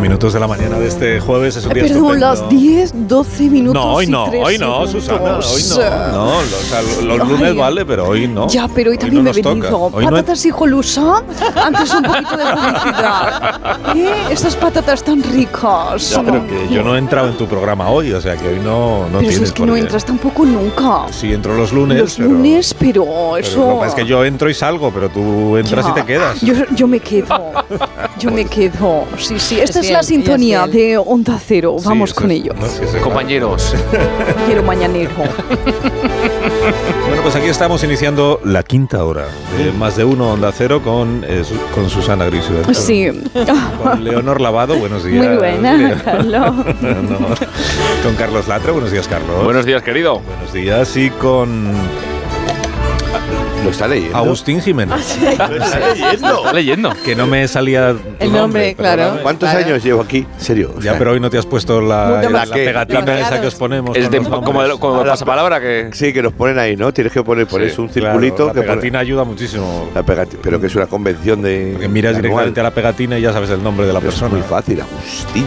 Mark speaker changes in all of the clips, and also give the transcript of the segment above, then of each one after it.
Speaker 1: minutos de la mañana de este jueves. Es un día
Speaker 2: Perdón,
Speaker 1: estupendo.
Speaker 2: las 10, 12 minutos.
Speaker 1: No, hoy
Speaker 2: y
Speaker 1: no,
Speaker 2: tres
Speaker 1: hoy no,
Speaker 2: segundos.
Speaker 1: Susana, hoy no. No, lo- o sea, lo- los
Speaker 2: Ay.
Speaker 1: lunes vale, pero hoy no.
Speaker 2: Ya, pero hoy también
Speaker 1: no
Speaker 2: me he
Speaker 1: nos toca.
Speaker 2: venido.
Speaker 1: Hoy no he-
Speaker 2: Patatas hijo lusa, antes un poquito de publicidad. ¿Eh? Estas patatas tan ricas.
Speaker 1: Ya, pero que yo no he entrado en tu programa hoy, o sea que hoy no, no
Speaker 2: Pero si
Speaker 1: tienes
Speaker 2: es que
Speaker 1: por
Speaker 2: no
Speaker 1: qué.
Speaker 2: entras tampoco nunca.
Speaker 1: Sí, entro los lunes,
Speaker 2: Los
Speaker 1: pero,
Speaker 2: lunes, pero
Speaker 1: pero
Speaker 2: eso...
Speaker 1: lo que pasa es que yo entro y salgo, pero tú entras y
Speaker 2: Ya.
Speaker 1: te quedas. Pues-
Speaker 2: Yo, yo me quedo. Yo me quedo. Sí, sí. Esta es,
Speaker 3: fiel, ella
Speaker 2: la
Speaker 3: Pues es
Speaker 2: sintonía
Speaker 3: fiel.
Speaker 2: de Onda Cero.
Speaker 1: Sí,
Speaker 2: Vamos
Speaker 1: eso
Speaker 2: con
Speaker 1: es-
Speaker 2: ello.
Speaker 1: no, sí, eso es-
Speaker 4: Compañeros,
Speaker 2: Quiero mañanero.
Speaker 1: Bueno, pues aquí estamos iniciando la quinta hora de Más de Uno Onda Cero con, eh, Su- con Susana Grisio.
Speaker 2: Sí.
Speaker 1: Con Leonor Lavado, buenos días.
Speaker 3: Muy buena,
Speaker 1: Leo.
Speaker 3: Carlos.
Speaker 1: No. Con Carlos Latre, buenos días, Carlos.
Speaker 4: buenos días, querido.
Speaker 1: Buenos días. Y con
Speaker 5: Lo está leyendo.
Speaker 1: Agustín
Speaker 6: Ah,
Speaker 1: Jiménez,
Speaker 5: Lo está leyendo.
Speaker 4: Está leyendo.
Speaker 1: que no me salía tu
Speaker 3: El nombre,
Speaker 1: pero
Speaker 3: claro.
Speaker 1: bueno.
Speaker 5: ¿Cuántos
Speaker 3: Claro.
Speaker 5: años llevo aquí? Serio. o
Speaker 1: Ya,
Speaker 5: sea,
Speaker 1: pero hoy no te has puesto la,
Speaker 3: Nunca
Speaker 1: la
Speaker 5: más. ¿Qué?
Speaker 1: pegatina esa que os ponemos.
Speaker 4: Es
Speaker 1: con
Speaker 4: de,
Speaker 1: los nombres.
Speaker 4: como, como pasapalabra que.
Speaker 5: Sí, que nos ponen ahí, ¿no? Tienes que poner, pones un
Speaker 1: Claro,
Speaker 5: circulito.
Speaker 1: la
Speaker 5: que pone-
Speaker 1: pegatina ayuda muchísimo.
Speaker 5: la pegati- pero que es una convención de.
Speaker 1: Porque miras
Speaker 5: anual.
Speaker 1: directamente a la pegatina y ya sabes el nombre de la persona.
Speaker 5: Es muy fácil, Agustín.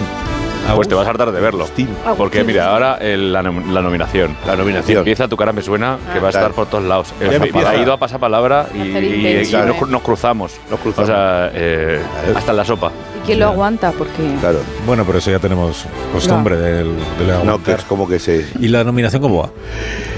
Speaker 4: Pues te vas a hartar de verlo.
Speaker 5: Agustín.
Speaker 4: Porque mira, ahora el- la, nom- la nominación.
Speaker 5: La nominación.
Speaker 4: Empieza tu cara me suena, que va a
Speaker 5: claro.
Speaker 4: estar por todos lados.
Speaker 1: Ya
Speaker 4: El
Speaker 1: empieza.
Speaker 4: ha ido a pasapalabra y,
Speaker 3: Ah. Hacer
Speaker 4: y-
Speaker 3: intensivo.
Speaker 4: y nos, cru- nos cruzamos.
Speaker 5: Nos cruzamos.
Speaker 4: O sea, eh,
Speaker 5: Claro.
Speaker 4: hasta en la sopa.
Speaker 3: ¿Y quién lo aguanta? Porque
Speaker 5: Claro.
Speaker 1: Bueno, pero eso ya tenemos costumbre del,
Speaker 5: No,
Speaker 1: del
Speaker 5: que
Speaker 1: aguantar.
Speaker 5: es como que se.
Speaker 1: ¿Y la nominación cómo va?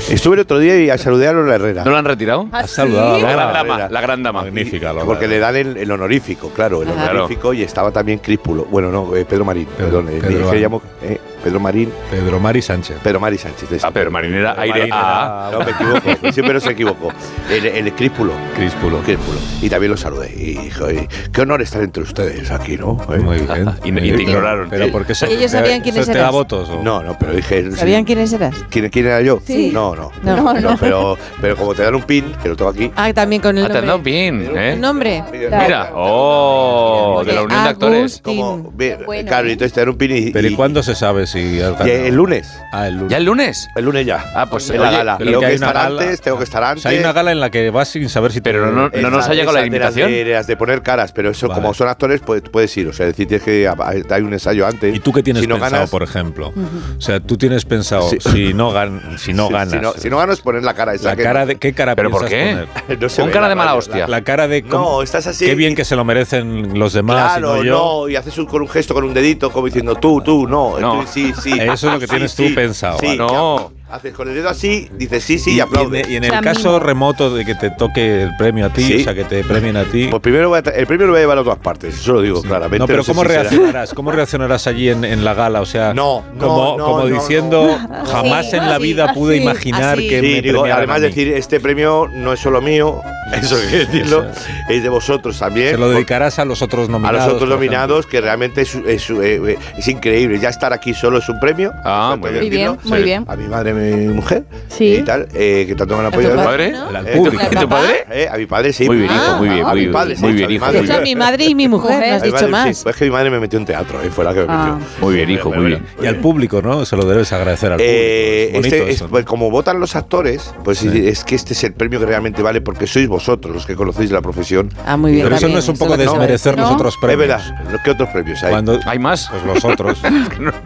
Speaker 5: Estuve el otro día y a saludé a Lola Herrera.
Speaker 4: ¿No lo han retirado?
Speaker 3: ¿Ah,
Speaker 1: Has saludado a
Speaker 4: La gran
Speaker 1: Lola.
Speaker 4: dama, la gran dama.
Speaker 1: Magnífica, Lola.
Speaker 5: Porque le dan el, el honorífico, claro, el
Speaker 3: Ajá.
Speaker 5: honorífico y estaba también Críspulo. Bueno, no, eh, Pedro Marín,
Speaker 1: Pedro-
Speaker 5: perdón. eh,
Speaker 1: Pedro
Speaker 5: dije,
Speaker 1: Marín.
Speaker 5: llamo, eh, Pedro Marín,
Speaker 1: Pedro Mari Sánchez.
Speaker 5: Pedro Mari Sánchez. eso.
Speaker 4: Ah, pero marinera, aire A.
Speaker 5: No, me equivoco, siempre no se equivoco. El, el Críspulo.
Speaker 1: Críspulo.
Speaker 5: Críspulo. Y también lo saludé. Y dije, oye, qué honor estar entre ustedes aquí, ¿no? ¿Eh?
Speaker 1: Muy bien.
Speaker 4: Y- y
Speaker 1: Muy
Speaker 4: te
Speaker 1: bien.
Speaker 4: ignoraron.
Speaker 1: Pero porque eso,
Speaker 3: ¿Y ellos
Speaker 1: te-
Speaker 3: sabían quiénes
Speaker 1: eso te da
Speaker 3: eras?
Speaker 1: votos. o-
Speaker 5: No, no, pero dije.
Speaker 3: ¿sabían quiénes eras?
Speaker 5: ¿Quién, quién era yo?
Speaker 3: Sí.
Speaker 5: No, no.
Speaker 3: No, no.
Speaker 5: pero, pero como te dan un pin, que lo tengo aquí.
Speaker 7: Ah, también con el
Speaker 4: Ah, te
Speaker 7: nombre.
Speaker 4: han dado pin, ¿eh?
Speaker 7: ¿El nombre?
Speaker 4: Mira, oh, de la unión de actores.
Speaker 5: Como, bien,
Speaker 3: bueno,
Speaker 5: claro,
Speaker 3: ¿eh?
Speaker 5: y entonces te dan un pin y.
Speaker 1: Pero ¿y
Speaker 5: y-
Speaker 1: cuándo se sabe si has
Speaker 5: y
Speaker 1: ganado?
Speaker 5: el lunes.
Speaker 1: Ah, el lunes.
Speaker 4: ¿Ya el lunes?
Speaker 5: El lunes ya.
Speaker 4: Ah, pues,
Speaker 5: en la
Speaker 4: oye,
Speaker 5: gala.
Speaker 1: pero
Speaker 5: Tengo
Speaker 1: que
Speaker 5: que,
Speaker 1: hay una
Speaker 5: estar
Speaker 1: gala.
Speaker 5: antes, tengo que estar
Speaker 1: O
Speaker 5: antes.
Speaker 1: sea, hay una gala en la que vas sin saber si te-
Speaker 4: Pero no- no- no nos
Speaker 5: Esas-
Speaker 4: ha llegado la
Speaker 5: esas de las
Speaker 4: invitación.
Speaker 5: De, de las de poner caras, pero eso,
Speaker 1: Vale.
Speaker 5: como son actores, pues, tú puedes ir. O sea, es decir, tienes que. Hay un ensayo antes.
Speaker 1: ¿Y tú qué tienes
Speaker 5: Si no
Speaker 1: pensado,
Speaker 5: ganas-
Speaker 1: por ejemplo? O sea, tú tienes pensado,
Speaker 5: Sí.
Speaker 1: si no, gan- si no
Speaker 5: si-
Speaker 1: ganas, eh.
Speaker 5: Si no, si no ganas, poner la cara esa.
Speaker 1: la
Speaker 5: que-
Speaker 1: cara de, ¿qué cara
Speaker 4: ¿Pero por
Speaker 1: piensas
Speaker 4: qué?
Speaker 1: poner?
Speaker 5: no se
Speaker 4: Pon
Speaker 5: ve
Speaker 4: cara
Speaker 5: la
Speaker 4: de mala
Speaker 5: radio,
Speaker 4: hostia.
Speaker 1: La cara de...
Speaker 5: No, estás así.
Speaker 1: Qué bien que se lo merecen los demás
Speaker 5: Claro,
Speaker 1: y no yo.
Speaker 5: no, y haces un, con un gesto, con un dedito, como diciendo tú, tú, no,
Speaker 4: No.
Speaker 5: tú, sí, sí.
Speaker 1: Eso es lo que tienes tú pensado,
Speaker 5: Sí,
Speaker 1: vale.
Speaker 4: No.
Speaker 5: Haces con el dedo así, dices sí, sí, y,
Speaker 1: Y- y,
Speaker 5: aplaudes.
Speaker 1: en, y en
Speaker 3: O sea,
Speaker 1: el caso
Speaker 3: mimo.
Speaker 1: remoto de que te toque el premio a ti,
Speaker 5: Sí.
Speaker 1: o sea, que te premien a ti.
Speaker 5: Pues primero voy a tra- el premio lo voy a llevar a todas partes, eso lo digo claramente.
Speaker 1: No, pero
Speaker 5: sé
Speaker 1: ¿cómo
Speaker 5: si será-
Speaker 1: reaccionarás? ¿Cómo reaccionarás allí en, en la gala? O sea,
Speaker 5: No, no,
Speaker 1: como,
Speaker 5: no,
Speaker 1: como
Speaker 5: no,
Speaker 1: diciendo, jamás
Speaker 3: Sí,
Speaker 1: en la
Speaker 3: así,
Speaker 1: vida pude
Speaker 3: así,
Speaker 1: imaginar
Speaker 3: así.
Speaker 1: que
Speaker 5: Sí,
Speaker 1: me
Speaker 5: digo,
Speaker 1: premiaran
Speaker 5: además
Speaker 1: a mí.
Speaker 5: decir, este premio no es solo mío, eso hay que decirlo, es de vosotros también.
Speaker 1: Se lo
Speaker 5: porque-
Speaker 1: dedicarás a los otros
Speaker 5: a
Speaker 1: nominados.
Speaker 5: los otros
Speaker 1: por ejemplo.
Speaker 5: nominados, que realmente es, es- eh, es increíble. Ya estar aquí solo es un premio.
Speaker 4: Ah,
Speaker 5: Eso
Speaker 4: muy
Speaker 5: hay que
Speaker 3: muy bien,
Speaker 5: decirlo.
Speaker 3: muy bien.
Speaker 5: A mi madre, mi mujer,
Speaker 3: Sí.
Speaker 5: y tal, eh, que tanto me han
Speaker 7: tu
Speaker 5: apoyado.
Speaker 4: ¿Tu padre?
Speaker 7: padre? ¿No?
Speaker 1: Al
Speaker 5: Eh,
Speaker 4: ¿Tu,
Speaker 1: público.
Speaker 7: ¿La
Speaker 4: tu
Speaker 7: papá?
Speaker 4: padre?
Speaker 5: Eh, a mi padre sí. Ah,
Speaker 4: Muy bien, hijo,
Speaker 8: Ah.
Speaker 4: muy bien,
Speaker 5: a
Speaker 4: muy
Speaker 5: mi
Speaker 4: bien,
Speaker 5: padre, sí,
Speaker 4: muy
Speaker 5: a
Speaker 4: bien,
Speaker 5: mi
Speaker 4: hijo,
Speaker 5: madre.
Speaker 7: De hecho, a mi madre y mi mujer, no has
Speaker 5: A mi
Speaker 7: dicho
Speaker 5: madre, sí.
Speaker 7: más.
Speaker 5: Pues es que mi madre me metió en teatro, eh, fue la que me
Speaker 3: Ah.
Speaker 5: metió. pues
Speaker 4: Muy bien, hijo, muy bien.
Speaker 1: Y al público, ¿no? Se lo debes agradecer al
Speaker 5: Eh,
Speaker 1: público. Es bonito
Speaker 5: este es-
Speaker 1: eso, ¿no?
Speaker 5: pues, como votan los actores, pues
Speaker 1: Sí.
Speaker 5: es que este es el premio que realmente vale porque sois vosotros los que conocéis la profesión.
Speaker 7: Ah, muy bien.
Speaker 1: Pero eso
Speaker 7: también,
Speaker 1: no es un poco
Speaker 7: lo que iba a
Speaker 1: desmerecer
Speaker 7: decir.
Speaker 1: los
Speaker 7: ¿No?
Speaker 1: otros premios.
Speaker 5: Es verdad, ¿qué otros premios hay?
Speaker 1: Cuando,
Speaker 4: ¿Hay más?
Speaker 1: pues los otros.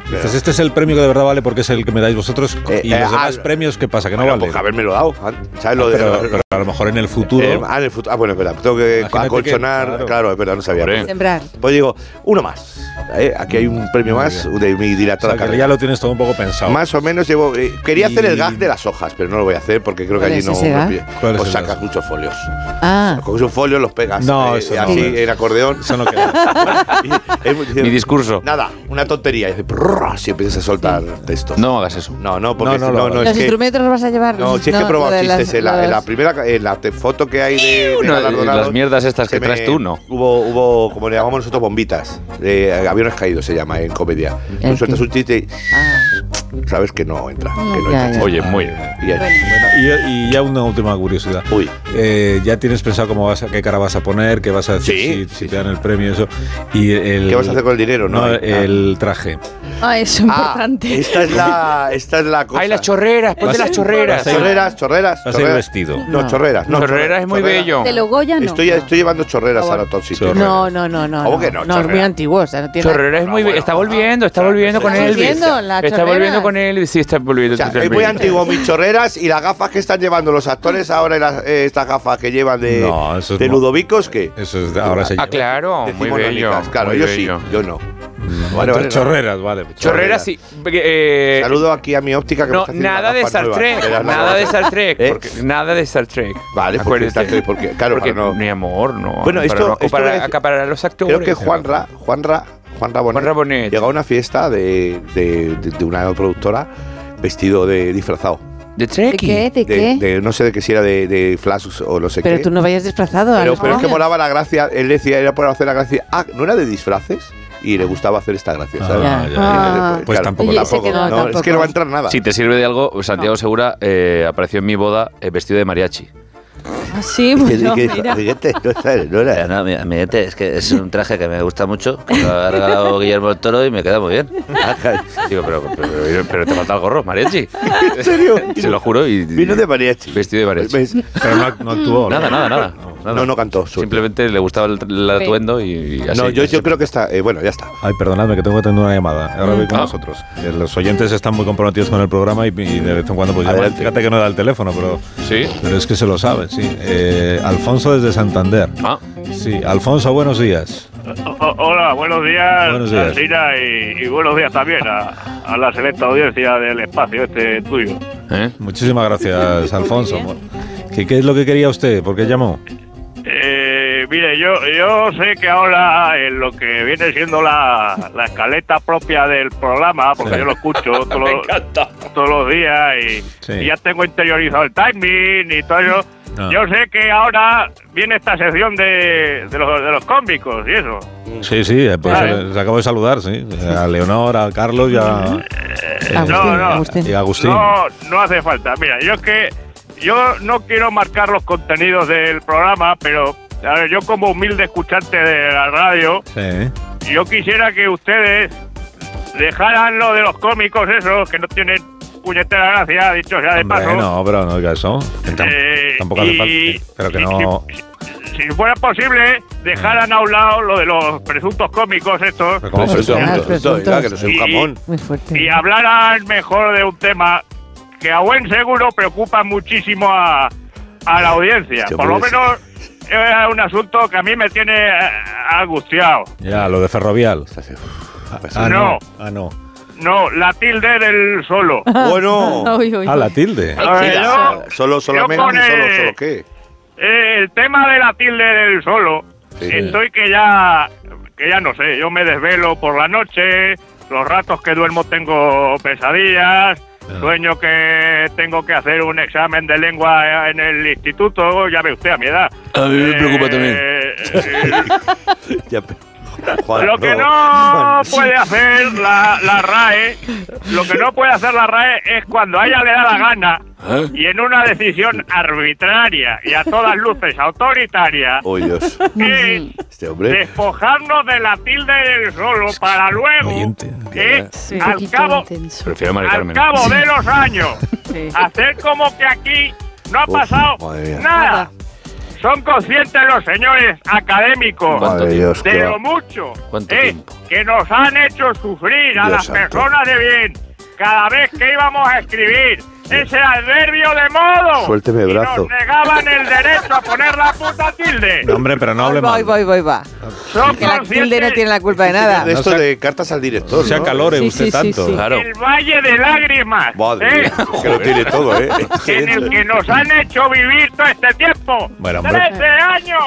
Speaker 1: Dices, este es el premio que de verdad vale porque es el que me dais vosotros.
Speaker 5: Eh,
Speaker 1: y los
Speaker 5: eh,
Speaker 1: demás
Speaker 5: ah,
Speaker 1: premios, ¿qué pasa? Que no
Speaker 5: Bueno,
Speaker 1: vale.
Speaker 5: pues habérmelo dado. ¿Sabes lo de.?
Speaker 1: pero, pero a lo mejor en el futuro.
Speaker 5: Eh, ah, en el futuro. Ah, bueno, espera, tengo que
Speaker 1: Imagínate
Speaker 5: acolchonar.
Speaker 1: que- claro.
Speaker 5: claro. es verdad, no sabía.
Speaker 4: Hombre.
Speaker 7: Sembrar.
Speaker 5: Pues digo, uno más. Eh, aquí hay un premio más de mi
Speaker 1: o
Speaker 5: dilatada
Speaker 1: sea, que
Speaker 5: carrera.
Speaker 1: ya lo tienes todo un poco pensado.
Speaker 5: Más o menos llevo. eh, quería hacer
Speaker 1: Y-
Speaker 5: el gag de las hojas, pero no lo voy a hacer porque creo que
Speaker 7: ¿Cuál
Speaker 5: allí
Speaker 7: es
Speaker 5: no.
Speaker 7: ese
Speaker 5: no
Speaker 7: gag?
Speaker 5: pide.
Speaker 1: ¿Cuál es
Speaker 5: pues
Speaker 1: el
Speaker 5: sacas
Speaker 1: gag?
Speaker 5: muchos folios.
Speaker 7: Ah,
Speaker 5: Coges un folio, los pegas.
Speaker 1: No,
Speaker 5: eh,
Speaker 1: eso no,
Speaker 5: Así,
Speaker 1: no.
Speaker 5: en acordeón.
Speaker 1: Eso no queda.
Speaker 5: Y- es muy-
Speaker 4: Mi discurso.
Speaker 5: Nada, una tontería. Y hace prrr, así empiezas a soltar texto.
Speaker 4: No hagas eso.
Speaker 5: no, no, porque
Speaker 1: No,
Speaker 5: no,
Speaker 1: no,
Speaker 5: no,
Speaker 1: no, no.
Speaker 7: los
Speaker 5: es que.
Speaker 7: instrumentos los vas a llevar.
Speaker 5: No, si es que he probado
Speaker 7: lo de las-
Speaker 5: chistes. en, la, en la
Speaker 7: los-
Speaker 5: primera en la te- foto que hay de, de
Speaker 4: No,
Speaker 5: galardonados,
Speaker 4: las mierdas estas que
Speaker 5: se me-
Speaker 4: traes tú, no.
Speaker 5: Hubo, hubo, como le llamamos eh, nosotros, bombitas. de aviones caídos se llama en comedia. Tú
Speaker 7: ¿El
Speaker 5: sueltas
Speaker 7: qué?
Speaker 5: un chiste y
Speaker 7: Ah,
Speaker 5: sabes que no entra. que no
Speaker 7: Ya,
Speaker 5: entra.
Speaker 7: ya.
Speaker 4: Oye, muy bien.
Speaker 5: Y ahí-
Speaker 1: Bueno, y, y ya una última curiosidad.
Speaker 5: Uy,
Speaker 1: Eh, ya tienes pensado cómo vas a, qué cara vas a poner, qué vas a decir
Speaker 5: Sí,
Speaker 1: si,
Speaker 5: sí,
Speaker 1: si te dan el premio y eso. Y el,
Speaker 5: ¿qué vas a hacer con el dinero?
Speaker 1: no,
Speaker 5: hay-
Speaker 1: el traje.
Speaker 2: Ah, es
Speaker 5: Ah,
Speaker 2: importante.
Speaker 5: esta es la, esta es la cosa.
Speaker 4: Ay, las chorreras, ponte
Speaker 1: Vas-
Speaker 4: las chorreras.
Speaker 1: vas a ir-
Speaker 5: chorreras, chorreras,
Speaker 1: Vas a ir
Speaker 5: chorreras.
Speaker 1: vestido.
Speaker 5: No,
Speaker 7: No.
Speaker 5: chorreras. No,
Speaker 4: Chorreras es muy
Speaker 5: chorreras.
Speaker 4: bello.
Speaker 2: Te lo Goya no.
Speaker 5: Estoy, estoy llevando chorreras a la toxicina.
Speaker 1: Chorreras.
Speaker 7: No, no, no, no.
Speaker 5: ¿Cómo que no,
Speaker 7: No, es muy
Speaker 5: chorrera?
Speaker 7: antiguo. O sea, no tiene
Speaker 4: Chorreras es muy bello. Está volviendo, está volviendo con
Speaker 5: ¿Está
Speaker 4: Elvis.
Speaker 7: volviendo la
Speaker 4: Está
Speaker 7: chorrera?
Speaker 4: volviendo con Elvis, sí, está volviendo.
Speaker 5: pues O sea,
Speaker 4: está
Speaker 5: es muy
Speaker 4: volviendo.
Speaker 5: antiguo mis chorreras y las gafas que están llevando los actores ahora y las- eh, estas gafas que llevan de,
Speaker 1: No, eso es
Speaker 5: de
Speaker 1: mo-
Speaker 5: ludovicos que
Speaker 1: Eso es, ahora se
Speaker 4: Ah, claro, muy bello.
Speaker 5: decimonónicas. Claro,
Speaker 4: muy
Speaker 5: yo
Speaker 4: bello.
Speaker 5: sí, yo no.
Speaker 1: Mm.
Speaker 5: Vale, vale,
Speaker 1: chorreras, vale.
Speaker 4: Chorreras sí. eh,
Speaker 5: Saludo aquí a mi óptica que me
Speaker 4: no,
Speaker 5: está haciendo
Speaker 4: nada
Speaker 5: unas
Speaker 4: de
Speaker 5: gafas
Speaker 4: Star
Speaker 5: nuevas.
Speaker 4: Trek,
Speaker 5: Verás la
Speaker 4: nada
Speaker 5: gafas.
Speaker 4: de Star Trek,
Speaker 5: ¿Eh?
Speaker 4: porque- nada de Star Trek.
Speaker 5: Vale, porque
Speaker 4: Acuérdate.
Speaker 5: Star Trek, porque- claro,
Speaker 4: Porque
Speaker 5: para no-
Speaker 4: mi amor, no.
Speaker 5: Bueno, esto-
Speaker 4: para no
Speaker 5: esto
Speaker 4: comparar-
Speaker 5: es-
Speaker 4: acaparar a los actores.
Speaker 5: Creo que Juanra, Juanra, Juan Rabonet,
Speaker 4: Juan Rabonet.
Speaker 5: llegó a una fiesta de, de- de- de una productora vestido de disfrazado.
Speaker 4: ¿De
Speaker 3: ¿De
Speaker 4: Trek?
Speaker 3: qué? ¿De
Speaker 5: De,
Speaker 3: qué?
Speaker 5: de- no sé de qué si era de, de Flash o no sé
Speaker 7: Pero
Speaker 5: qué.
Speaker 7: tú no vayas disfrazado.
Speaker 5: pero,
Speaker 7: Alex.
Speaker 5: pero es que molaba la gracia, él decía, era por hacer la gracia. Ah, ¿no era de disfraces? Y le gustaba hacer esta gracia,
Speaker 1: Ah,
Speaker 5: ¿sabes?
Speaker 1: ya,
Speaker 5: Y,
Speaker 7: ya.
Speaker 5: eh,
Speaker 1: Pues tampoco
Speaker 3: Oye, ese que no,
Speaker 5: no, es que
Speaker 3: tampoco.
Speaker 5: no va a entrar nada.
Speaker 8: Si te sirve de algo, Santiago Segura eh, apareció en mi boda eh, vestido de mariachi. Ah,
Speaker 2: Así,
Speaker 5: Y que- y
Speaker 2: bueno,
Speaker 5: que-
Speaker 2: mira.
Speaker 5: y que te- no sabes, no era-
Speaker 8: No, mi, mi gente, es que es un traje que me gusta mucho, que me lo ha regalado Guillermo del Toro y me queda muy bien.
Speaker 5: Ah,
Speaker 8: Digo, pero, pero- pero te falta el gorro, mariachi.
Speaker 5: ¿En serio?
Speaker 8: Se lo juro y...
Speaker 5: Vino de mariachi.
Speaker 8: Vestido de mariachi.
Speaker 5: ¿Ves?
Speaker 1: Pero no, no actuó. ¿no?
Speaker 8: Nada, nada, nada. nada.
Speaker 5: No, no cantó. su-
Speaker 8: Simplemente le gustaba el, el atuendo y, y así.
Speaker 5: no, yo, yo creo que está. eh, bueno, ya está.
Speaker 1: Ay, perdonadme que tengo que atender una llamada. Ahora voy con
Speaker 8: Ah.
Speaker 1: vosotros. Eh, Los oyentes están muy comprometidos con el programa y, y de vez en cuando pues llaman.
Speaker 5: Adelante.
Speaker 1: Fíjate que no da el teléfono, pero,
Speaker 8: Sí.
Speaker 1: pero es que se lo sabe, sí. Eh, Alfonso desde Santander.
Speaker 8: Ah,
Speaker 1: Sí, Alfonso, buenos días.
Speaker 9: O- o- hola, buenos días,
Speaker 1: Buenos días.
Speaker 9: Alsina, y, y buenos días también a, a la selecta audiencia del espacio este tuyo.
Speaker 8: ¿eh?
Speaker 1: Muchísimas gracias, Alfonso. ¿Qué, qué es lo que quería usted? ¿Por qué llamó?
Speaker 9: Eh, mire, yo, yo sé que ahora en lo que viene siendo la, la escaleta propia del programa, porque
Speaker 1: Sí.
Speaker 9: yo lo escucho todos los- todos los días y,
Speaker 1: Sí.
Speaker 9: y ya tengo interiorizado el timing y todo eso.
Speaker 1: Ah.
Speaker 9: Yo sé que ahora viene esta sección de, de, los, de los cómicos y eso.
Speaker 1: Sí, sí, eh, pues
Speaker 9: Vale.
Speaker 1: eh, les acabo de saludar, sí. A Leonor, a Carlos y a,
Speaker 7: Agustín,
Speaker 9: No, no.
Speaker 7: Agustín.
Speaker 1: y a Agustín.
Speaker 9: No, no hace falta. Mira, yo es que yo no quiero marcar los contenidos del programa, pero a ver, yo como humilde escuchante de la radio,
Speaker 1: Sí.
Speaker 9: yo quisiera que ustedes dejaran lo de los cómicos esos que no tienen puñetera gracia, dicho sea de
Speaker 1: Hombre,
Speaker 9: paso.
Speaker 1: no, pero no diga eso. Tam-
Speaker 9: Eh,
Speaker 1: tampoco hace
Speaker 9: y-
Speaker 1: falta. eh, Pero que
Speaker 9: y-
Speaker 1: no.
Speaker 9: Si fuera posible, dejaran a un lado lo de los presuntos cómicos estos
Speaker 1: pero ¿cómo
Speaker 5: Pero
Speaker 1: se
Speaker 5: esto-
Speaker 1: llama?
Speaker 7: presuntos.
Speaker 5: esto- esto-
Speaker 7: presuntos.
Speaker 5: oiga, que no soy un jamón.
Speaker 7: Muy fuerte.
Speaker 9: y hablaran mejor de un tema que a buen seguro preocupa muchísimo a, a la audiencia.
Speaker 5: Este
Speaker 9: Por lo
Speaker 5: hombre es-
Speaker 9: menos eh, es un asunto que a mí me tiene eh, angustiado.
Speaker 1: Ya, lo de ferrovial. Ah,
Speaker 9: No.
Speaker 1: Ah, no.
Speaker 9: No, la tilde del solo.
Speaker 5: Bueno,
Speaker 2: Uy, uy,
Speaker 1: Ah, la
Speaker 2: uy.
Speaker 1: tilde.
Speaker 9: A ver, yo,
Speaker 5: solo, solamente,
Speaker 9: con, eh,
Speaker 5: solo, solo qué.
Speaker 9: eh, el tema de la tilde del solo,
Speaker 5: Sí.
Speaker 9: estoy que ya, que ya no sé, yo me desvelo por la noche, los ratos que duermo tengo pesadillas,
Speaker 8: Ah.
Speaker 9: sueño que tengo que hacer un examen de lengua en el instituto, ya ve usted a mi edad.
Speaker 8: A mí me
Speaker 9: Eh,
Speaker 8: preocupa también.
Speaker 9: eh,
Speaker 5: Ya, pero- Joder,
Speaker 9: lo que no
Speaker 5: Bueno,
Speaker 9: puede hacer la, la RAE, Ah, ¿eh? lo que no puede hacer la RAE es cuando a ella le da la gana
Speaker 8: ¿Eh?
Speaker 9: y en una decisión arbitraria y a todas luces autoritaria,
Speaker 5: Oh, Dios.
Speaker 9: es
Speaker 5: Este hombre.
Speaker 9: despojarnos de la tilde del solo para luego,
Speaker 1: Oyente.
Speaker 9: eh,
Speaker 2: Sí. Un
Speaker 9: al
Speaker 2: poquito
Speaker 9: cabo,
Speaker 2: intenso.
Speaker 8: Prefiero a Mari
Speaker 9: al
Speaker 8: Carmen.
Speaker 9: cabo de los años,
Speaker 2: Sí.
Speaker 9: hacer como que aquí no ha
Speaker 5: Uf,
Speaker 9: pasado
Speaker 5: madre mía.
Speaker 9: nada. Son conscientes los señores académicos
Speaker 8: ¿Cuánto
Speaker 5: Madre de Dios,
Speaker 9: de
Speaker 5: qué
Speaker 9: lo
Speaker 5: va.
Speaker 9: mucho
Speaker 8: ¿Cuánto
Speaker 9: eh,
Speaker 8: tiempo?
Speaker 9: que nos han hecho sufrir a
Speaker 5: Dios
Speaker 9: las
Speaker 5: santo.
Speaker 9: personas de bien cada vez que íbamos a escribir ese adverbio de modo
Speaker 5: Suélteme el
Speaker 9: y
Speaker 5: brazo.
Speaker 9: nos negaban el derecho a poner la puta tilde
Speaker 1: No, hombre, pero no
Speaker 7: Voy,
Speaker 1: hable
Speaker 7: voy,
Speaker 1: mal.
Speaker 7: voy, voy, va.
Speaker 9: son
Speaker 7: Que la tilde no
Speaker 9: conscientes
Speaker 7: tiene la culpa de nada.
Speaker 5: De esto
Speaker 1: No sea-
Speaker 5: de cartas al director.
Speaker 1: No se
Speaker 5: ¿no?
Speaker 1: acalore
Speaker 2: Sí,
Speaker 1: usted
Speaker 2: sí, sí,
Speaker 1: tanto.
Speaker 2: sí.
Speaker 8: Claro.
Speaker 9: el valle de lágrimas
Speaker 5: Madre
Speaker 9: eh,
Speaker 5: mía, que lo tiene todo, ¿eh?
Speaker 9: en el que nos han hecho vivir todo este tiempo
Speaker 1: Bueno, hombre.
Speaker 9: 13 años